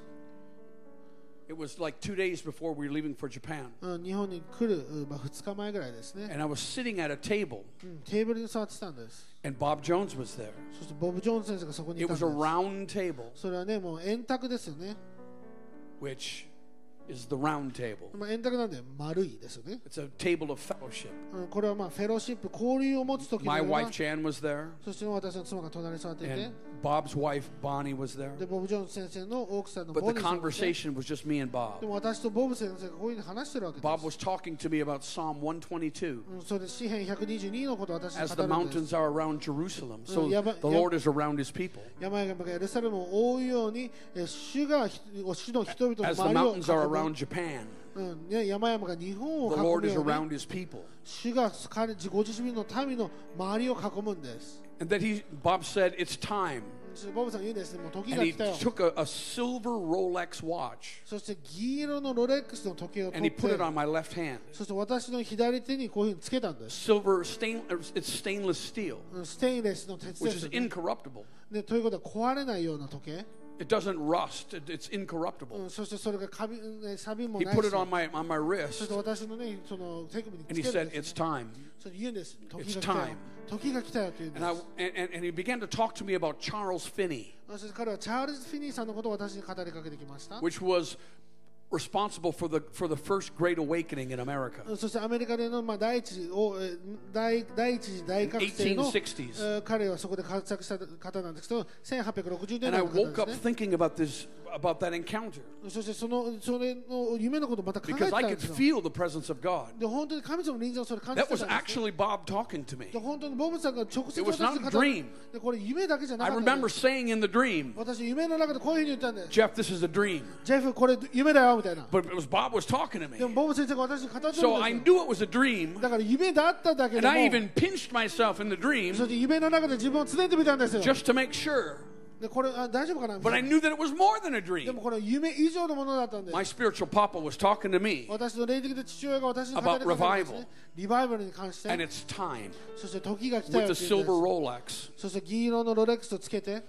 [SPEAKER 2] it was like two days before we were leaving for japan
[SPEAKER 3] うん、日本に来る、うんまあ、2日前ぐらいですね、
[SPEAKER 2] and i was sitting at a table
[SPEAKER 3] うん、テーブルに座ってたんです
[SPEAKER 2] and bob jones was there
[SPEAKER 3] そしてボブ・ジョーンズ先生がそこにい
[SPEAKER 2] it
[SPEAKER 3] たんで
[SPEAKER 2] was a
[SPEAKER 3] す
[SPEAKER 2] round table
[SPEAKER 3] それはねもう円卓ですよね、
[SPEAKER 2] which is the round table
[SPEAKER 3] まあ、円卓なんで丸いですよね、
[SPEAKER 2] it's a table of fellowship
[SPEAKER 3] うん、これはまあフェロシップ交流を持つ時の
[SPEAKER 2] My
[SPEAKER 3] ような
[SPEAKER 2] wife Chan was there,
[SPEAKER 3] そして私の妻が隣に座っていて
[SPEAKER 2] and Bob's wife Bonnie was there.
[SPEAKER 3] でボブ・ジョーンズ先生の奥さんのボ
[SPEAKER 2] But the
[SPEAKER 3] ニーさんが来て
[SPEAKER 2] conversation was just me and
[SPEAKER 3] で
[SPEAKER 2] Bob.
[SPEAKER 3] も私とボブ先生がこういうふうに話してるわけです
[SPEAKER 2] Bob was talking to me about Psalm 122.
[SPEAKER 3] うんそれで詩篇122のことを私に
[SPEAKER 2] As the
[SPEAKER 3] 語るんです
[SPEAKER 2] mountains are around Jerusalem, so
[SPEAKER 3] Mm, yeah, but-
[SPEAKER 2] the
[SPEAKER 3] yeah.
[SPEAKER 2] Lord is around his people.
[SPEAKER 3] 山々がエルサレムを覆うようにえー主がひ主の人々の
[SPEAKER 2] As the
[SPEAKER 3] 周
[SPEAKER 2] mountains
[SPEAKER 3] り
[SPEAKER 2] are
[SPEAKER 3] を囲む
[SPEAKER 2] around Japan,
[SPEAKER 3] うんね、山々が日本
[SPEAKER 2] the
[SPEAKER 3] を囲
[SPEAKER 2] Lord
[SPEAKER 3] む
[SPEAKER 2] is
[SPEAKER 3] ように
[SPEAKER 2] around his people.
[SPEAKER 3] 主が彼自己自身の民の周りを囲むんです。
[SPEAKER 2] And then he, Bob said, It's time.
[SPEAKER 3] ボブさん言うんですね、もう時
[SPEAKER 2] And
[SPEAKER 3] が
[SPEAKER 2] he
[SPEAKER 3] 来たよ。
[SPEAKER 2] took a, a silver Rolex watch
[SPEAKER 3] そして銀色のロレックスの時計を取
[SPEAKER 2] and he
[SPEAKER 3] っ
[SPEAKER 2] put
[SPEAKER 3] て
[SPEAKER 2] it、on my left hand.
[SPEAKER 3] そして私の左手にこういうふうにつけたんです。
[SPEAKER 2] Silver, stain, it's stainless steel,
[SPEAKER 3] うんステンレスの鉄で
[SPEAKER 2] which
[SPEAKER 3] す
[SPEAKER 2] is
[SPEAKER 3] よね、
[SPEAKER 2] incorruptible.
[SPEAKER 3] ね。ということは壊れないような時計。
[SPEAKER 2] It doesn't rust. It, it's
[SPEAKER 3] う
[SPEAKER 2] incorruptible.
[SPEAKER 3] ん、そしてそれがカビ、ね、サビも
[SPEAKER 2] He
[SPEAKER 3] ない
[SPEAKER 2] put
[SPEAKER 3] し。
[SPEAKER 2] Oh, it on
[SPEAKER 3] そ
[SPEAKER 2] my on my
[SPEAKER 3] し
[SPEAKER 2] wrist,
[SPEAKER 3] て私のね、その手首につけ
[SPEAKER 2] and he
[SPEAKER 3] るんで
[SPEAKER 2] said,
[SPEAKER 3] す、
[SPEAKER 2] "It's time."
[SPEAKER 3] それ言うんです。時が来たよ
[SPEAKER 2] time.。
[SPEAKER 3] 時が来たよと言うんで
[SPEAKER 2] And I
[SPEAKER 3] す。
[SPEAKER 2] and, and, and he began to talk to me about Charles Finney,
[SPEAKER 3] そして彼はチャールズ・フィニーさんのことを私に語りかけてきました。
[SPEAKER 2] which was responsible for the for the first Great Awakening in America.
[SPEAKER 3] そしてアメリカでのまあ第一次をえー第第一次大覚醒の
[SPEAKER 2] 1860s
[SPEAKER 3] えー彼はそこで活躍した方なんですけど、1860年
[SPEAKER 2] And I
[SPEAKER 3] 代の方
[SPEAKER 2] woke
[SPEAKER 3] なん
[SPEAKER 2] up
[SPEAKER 3] ですね。
[SPEAKER 2] thinking about this about that encounter
[SPEAKER 3] そしてそのそれの夢のことをまた考えて
[SPEAKER 2] because
[SPEAKER 3] た
[SPEAKER 2] I
[SPEAKER 3] ん
[SPEAKER 2] could
[SPEAKER 3] ですよ。
[SPEAKER 2] feel the presence of God.
[SPEAKER 3] で本当に神様の臨在をそれ感じ
[SPEAKER 2] That
[SPEAKER 3] て
[SPEAKER 2] was
[SPEAKER 3] たんですね。
[SPEAKER 2] actually Bob talking to me.
[SPEAKER 3] で本当にボブさんが直接
[SPEAKER 2] It was
[SPEAKER 3] 私に
[SPEAKER 2] not
[SPEAKER 3] 語
[SPEAKER 2] a
[SPEAKER 3] った。で
[SPEAKER 2] dream.
[SPEAKER 3] これ夢だけじゃな
[SPEAKER 2] I
[SPEAKER 3] かったん
[SPEAKER 2] remember
[SPEAKER 3] です。
[SPEAKER 2] saying in the dream,
[SPEAKER 3] 私夢の中でこういうふうに言ったんです。
[SPEAKER 2] "Jeff, this is a dream,"
[SPEAKER 3] ジェフこれ夢だよみたいな。
[SPEAKER 2] but it was Bob was talking to me.
[SPEAKER 3] でもボブ先生が私に語ってるんです
[SPEAKER 2] So I
[SPEAKER 3] よ。
[SPEAKER 2] knew it was a dream,
[SPEAKER 3] だから夢だっただけ
[SPEAKER 2] and
[SPEAKER 3] でも
[SPEAKER 2] I even pinched myself in the dream
[SPEAKER 3] そして夢の中で自分をつねってみたんですよ。
[SPEAKER 2] just to make sure.
[SPEAKER 3] でこれあ大丈夫かなみた
[SPEAKER 2] But
[SPEAKER 3] い
[SPEAKER 2] I
[SPEAKER 3] な
[SPEAKER 2] knew that it was more than a
[SPEAKER 3] でも
[SPEAKER 2] dream.
[SPEAKER 3] これは夢以上のものだったんです
[SPEAKER 2] My。spiritual papa was talking to me,
[SPEAKER 3] 私の霊的な父親が私に語りかけたんです、ね、リバイバルに関し
[SPEAKER 2] and
[SPEAKER 3] て、
[SPEAKER 2] it's time
[SPEAKER 3] そして時が来た
[SPEAKER 2] with
[SPEAKER 3] よ
[SPEAKER 2] the
[SPEAKER 3] と言うん
[SPEAKER 2] silver
[SPEAKER 3] です
[SPEAKER 2] Rolex.
[SPEAKER 3] そして銀色のロレックスをつけて、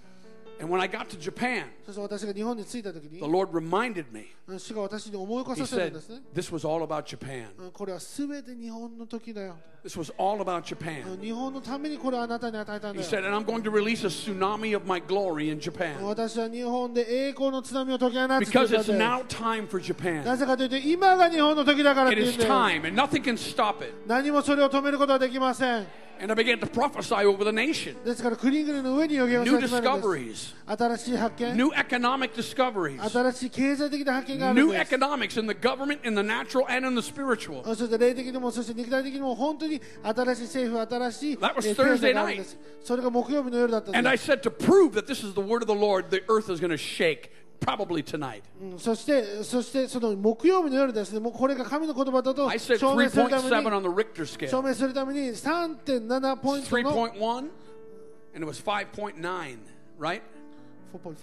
[SPEAKER 2] And when I got to Japan,
[SPEAKER 3] そして私が日本に着いたときに
[SPEAKER 2] the、Lord reminded me.
[SPEAKER 3] 主が私に思い起こ
[SPEAKER 2] He
[SPEAKER 3] させる
[SPEAKER 2] said,
[SPEAKER 3] んですね。
[SPEAKER 2] This was all about Japan.
[SPEAKER 3] うんこれはすべて日本の時だよ。
[SPEAKER 2] This was all about
[SPEAKER 3] うん
[SPEAKER 2] Japan.
[SPEAKER 3] 日本のためにこれをあなたに与えたん
[SPEAKER 2] He
[SPEAKER 3] だよ。
[SPEAKER 2] said, And I'm going to release a tsunami of my glory in Japan
[SPEAKER 3] 私は日本で栄光の津波を解き放つ時だ
[SPEAKER 2] because it's
[SPEAKER 3] よ
[SPEAKER 2] now time for
[SPEAKER 3] な
[SPEAKER 2] Japan.
[SPEAKER 3] ぜかというと、今が日本の時だからっ
[SPEAKER 2] It
[SPEAKER 3] てい
[SPEAKER 2] is
[SPEAKER 3] うんだよ。
[SPEAKER 2] time, and nothing can stop it.
[SPEAKER 3] 何もそれを止めることはできません。
[SPEAKER 2] And I began to prophesy over the nation
[SPEAKER 3] ですから、国々の上に予言を
[SPEAKER 2] new
[SPEAKER 3] されてるんです。
[SPEAKER 2] discoveries,
[SPEAKER 3] 新しい発見。
[SPEAKER 2] new economic discoveries.
[SPEAKER 3] 新しい経済的な発見があるん
[SPEAKER 2] new
[SPEAKER 3] です。
[SPEAKER 2] economics in the government, in the natural, and in the spiritual.
[SPEAKER 3] そして霊的にもそして肉体的にも本当に新しい政府、新しい
[SPEAKER 2] That was
[SPEAKER 3] えー経済があるんです。それが木曜日の夜だったん
[SPEAKER 2] And
[SPEAKER 3] で
[SPEAKER 2] I
[SPEAKER 3] す。
[SPEAKER 2] said, to prove that this is the word of the Lord, the earth is going to shake, probably tonight.
[SPEAKER 3] うんそして、そしてその木曜日の夜ですね、もうこれが神の言葉だと
[SPEAKER 2] I said
[SPEAKER 3] 証明するため
[SPEAKER 2] 3.7 on
[SPEAKER 3] に
[SPEAKER 2] the Richter
[SPEAKER 3] 証
[SPEAKER 2] scale,
[SPEAKER 3] 明するために3.7ポイントの
[SPEAKER 2] 3.1, and it was 5.9, right?
[SPEAKER 3] 4.5。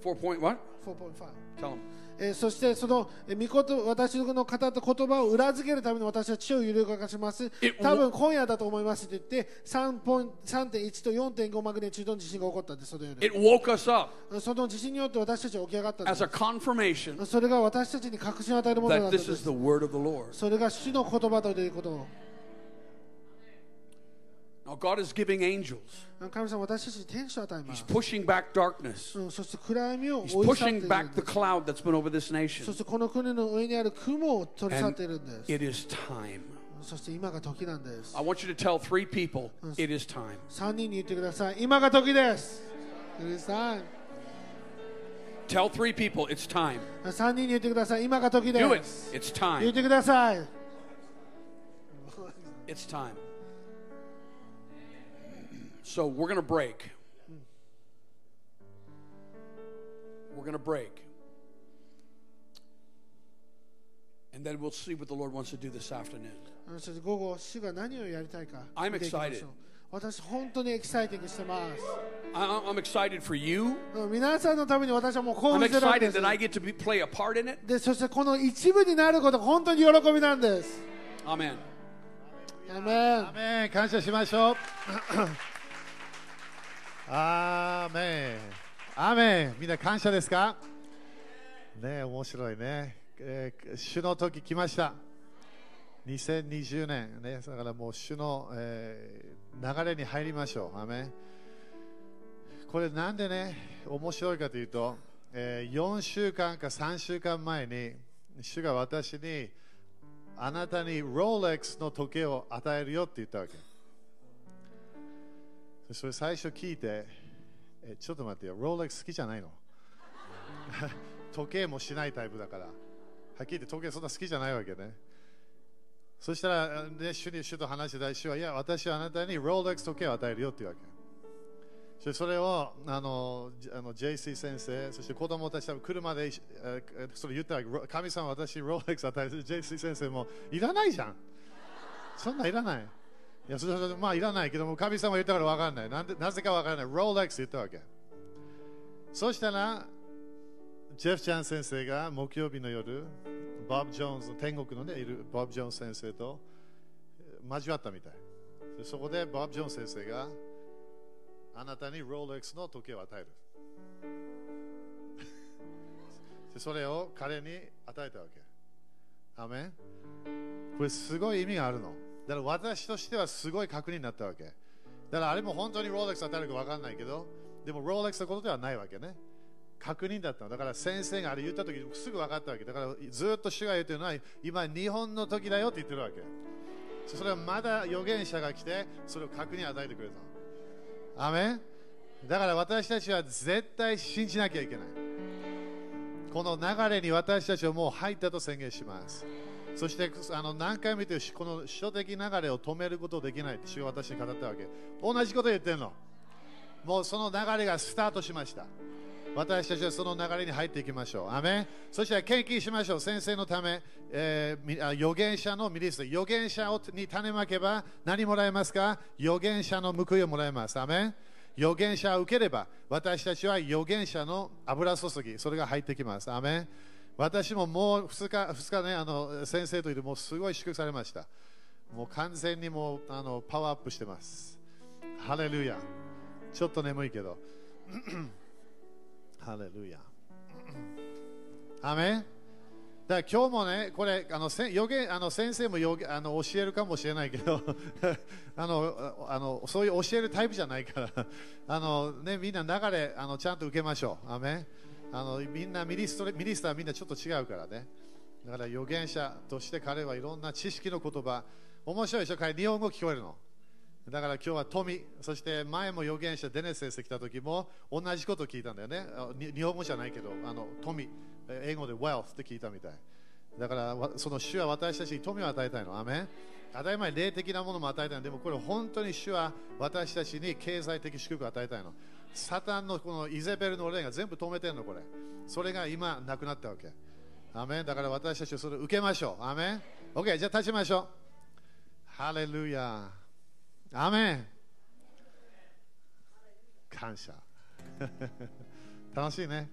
[SPEAKER 2] 4. Point, what?
[SPEAKER 3] 4.5
[SPEAKER 2] Tell them.
[SPEAKER 3] えーそしてその、えー御こと私の語った言葉を裏付けるために私は血を揺るがします
[SPEAKER 2] え
[SPEAKER 3] 多分今夜だと思いますって言って3ポイン3.1と4.5マグニチュードの地震が起こったんですその夜
[SPEAKER 2] It woke us up
[SPEAKER 3] その地震によって私たちは起き上がったんで
[SPEAKER 2] as
[SPEAKER 3] す
[SPEAKER 2] a confirmation
[SPEAKER 3] それが私たちに確信を与えるものだった
[SPEAKER 2] that
[SPEAKER 3] んで
[SPEAKER 2] this is
[SPEAKER 3] す
[SPEAKER 2] the word of the Lord.
[SPEAKER 3] それが主の言葉だということを
[SPEAKER 2] Now, God is giving angels,
[SPEAKER 3] 神様私たちに天使を与えま
[SPEAKER 2] He's
[SPEAKER 3] す、
[SPEAKER 2] pushing back darkness,
[SPEAKER 3] うん、そして暗闇を追い
[SPEAKER 2] He's
[SPEAKER 3] 去ってい
[SPEAKER 2] pushing
[SPEAKER 3] る
[SPEAKER 2] back the cloud that's been over this
[SPEAKER 3] そ
[SPEAKER 2] nation.
[SPEAKER 3] してこの国の上にある雲を取り去っ
[SPEAKER 2] And
[SPEAKER 3] ているんです
[SPEAKER 2] it is time.
[SPEAKER 3] そして今が時なんです。
[SPEAKER 2] I want you to tell three people it is time.
[SPEAKER 3] 3人に言ってください。今が時です。3
[SPEAKER 2] Tell three people it's time.
[SPEAKER 3] 人に言ってください。今が時で
[SPEAKER 2] Do it.
[SPEAKER 3] す。
[SPEAKER 2] It's
[SPEAKER 3] 言っ
[SPEAKER 2] time.
[SPEAKER 3] てください。
[SPEAKER 2] It's time. So we're going to break. We're going to break. And then we'll see what the Lord wants to do this afternoon.
[SPEAKER 3] そして午後、主が何をやりたいか
[SPEAKER 2] I'm
[SPEAKER 3] 見ていきましょう
[SPEAKER 2] excited.
[SPEAKER 3] 私、本当にエキサイティングしてます。
[SPEAKER 2] I, I'm excited for you.
[SPEAKER 3] うん皆さんのために私はもう興
[SPEAKER 2] I'm
[SPEAKER 3] 奮してるわけ
[SPEAKER 2] excited
[SPEAKER 3] です
[SPEAKER 2] that I get to be, play a part in it.
[SPEAKER 3] で、そしてこの一部になること、本当に喜びなんです。
[SPEAKER 2] Amen.
[SPEAKER 3] アメン
[SPEAKER 1] アーメン感謝しましょう アーメンアーメンみんな感謝ですかねえ面白いね、えー主の時来ました2020年ねだからもう主の、えー流れに入りましょうアーメンこれなんでね面白いかというと、えー4週間か3週間前に主が私にあなたにロレックスの時計を与えるよって言ったわけそれ最初聞いてえちょっと待ってよロレックス好きじゃないの 時計もしないタイプだからはっきり言って時計そんな好きじゃないわけねそしたら、ね、主に主と話してた主はいや私はあなたにロレックス時計を与えるよって言うわけそしてそれをあのじあの JC 先生、そして子供たち、多分車でえーそれ言ったら、ロ神様、私、ローレックス与えて、JC 先生も、いらないじゃん。そんなんいらない。いや、それそれまあ、いらないけども、神様言ったから分かんない。なんでなぜか分からない。ローレックス言ったわけ。そしたら、ジェフ・チャン先生が木曜日の夜、ボブ・ジョーンズの天国のね、いるボブ・ジョーンズ先生とえー交わったみたい。でそこで、ボブ・ジョーンズ先生が、あなたにロレックスの時計を与える。 でそれを彼に与えたわけ。アーメンこれすごい意味があるの。だから私としてはすごい確認になったわけ。だからあれも本当にロレックス与えるか分かんないけど、でもロレックスのことではないわけね。確認だったの。だから先生があれ言った時すぐ分かったわけ。だからずっと主が言ってるのは今日本の時だよって言ってるわけ。それはまだ預言者が来てそれを確認与えてくれたの。アーメンだから私たちは絶対信じなきゃいけないこの流れに私たちはもう入ったと宣言しますそしてあの何回も言ってるしこの書的流れを止めることできないって主が私に語ったわけ同じこと言ってるのもうその流れがスタートしました私たちはその流れに入っていきましょう。アーメンそしたら献金しましょう。先生のため、えーみあ預言者のミリスト。預言者をに種まけば何もらえますか預言者の報いをもらえます。アーメン預言者を受ければ私たちは預言者の油注ぎ、それが入ってきます。アーメン私ももう2日、2日ね、あの先生といてもうすごい祝福されました。もう完全にもうあのパワーアップしてます。ハレルヤ。ちょっと眠いけど。ハレル ヤ。アーメンだから今日もね、これ、あのせん予言あの先生も予言あの教えるかもしれないけど あのああの、そういう教えるタイプじゃないから、 あのね、みんな流れあのちゃんと受けましょう。アーメンあのみんなミリストレミリスターはみんなちょっと違うからね。だから預言者として彼はいろんな知識の言葉、面白いでしょ、彼、日本語聞こえるの。だから今日は富、そして前も預言者デネス先生来た時も同じこと聞いたんだよね。あに日本語じゃないけど、あの富、え英語で wealth って聞いたみたい。だからわその主は私たちに富を与えたいの。アーメン当たり前に霊的なものも与えたいの。でもこれ本当に主は私たちに経済的祝福を与えたいの。サタンのこのイゼベルの霊が全部止めてるの、これ。それが今なくなったわけ。アーメンだから私たちはそれを受けましょう。アーメン OK、じゃあ立ちましょう。ハレルヤアーメン 感謝楽しいね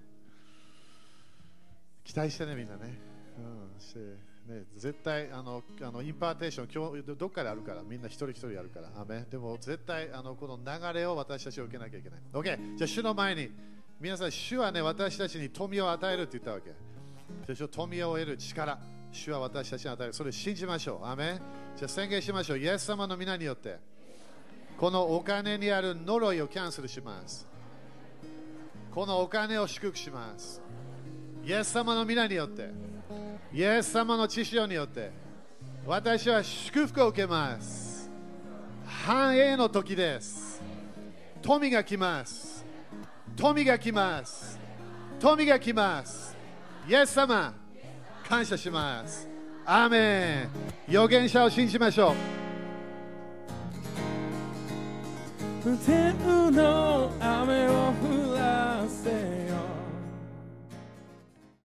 [SPEAKER 1] 来待してねみんなね,、うん、してね絶対あのあのインパーテーション今日どっかであるからみんな一人一人やるからアーメンでも絶対あのこの流れを私たちは受けなきゃいけない OK じゃあ主の前に皆さん主はね私たちに富を与えるって言ったわけでしょ富を得る力主は私たちに与えるそれを信じましょうアーメンじゃあ宣言しましょうイエス様の皆によってこのお金にある呪いをキャンセルしますこのお金を祝福しますイエス様の皆によってイエス様の知性によって私は祝福を受けます繁栄の時です富が来ます富が来ます富が来ますイエス様感謝しますアーメン預言者を信じましょう
[SPEAKER 4] 天の雨を降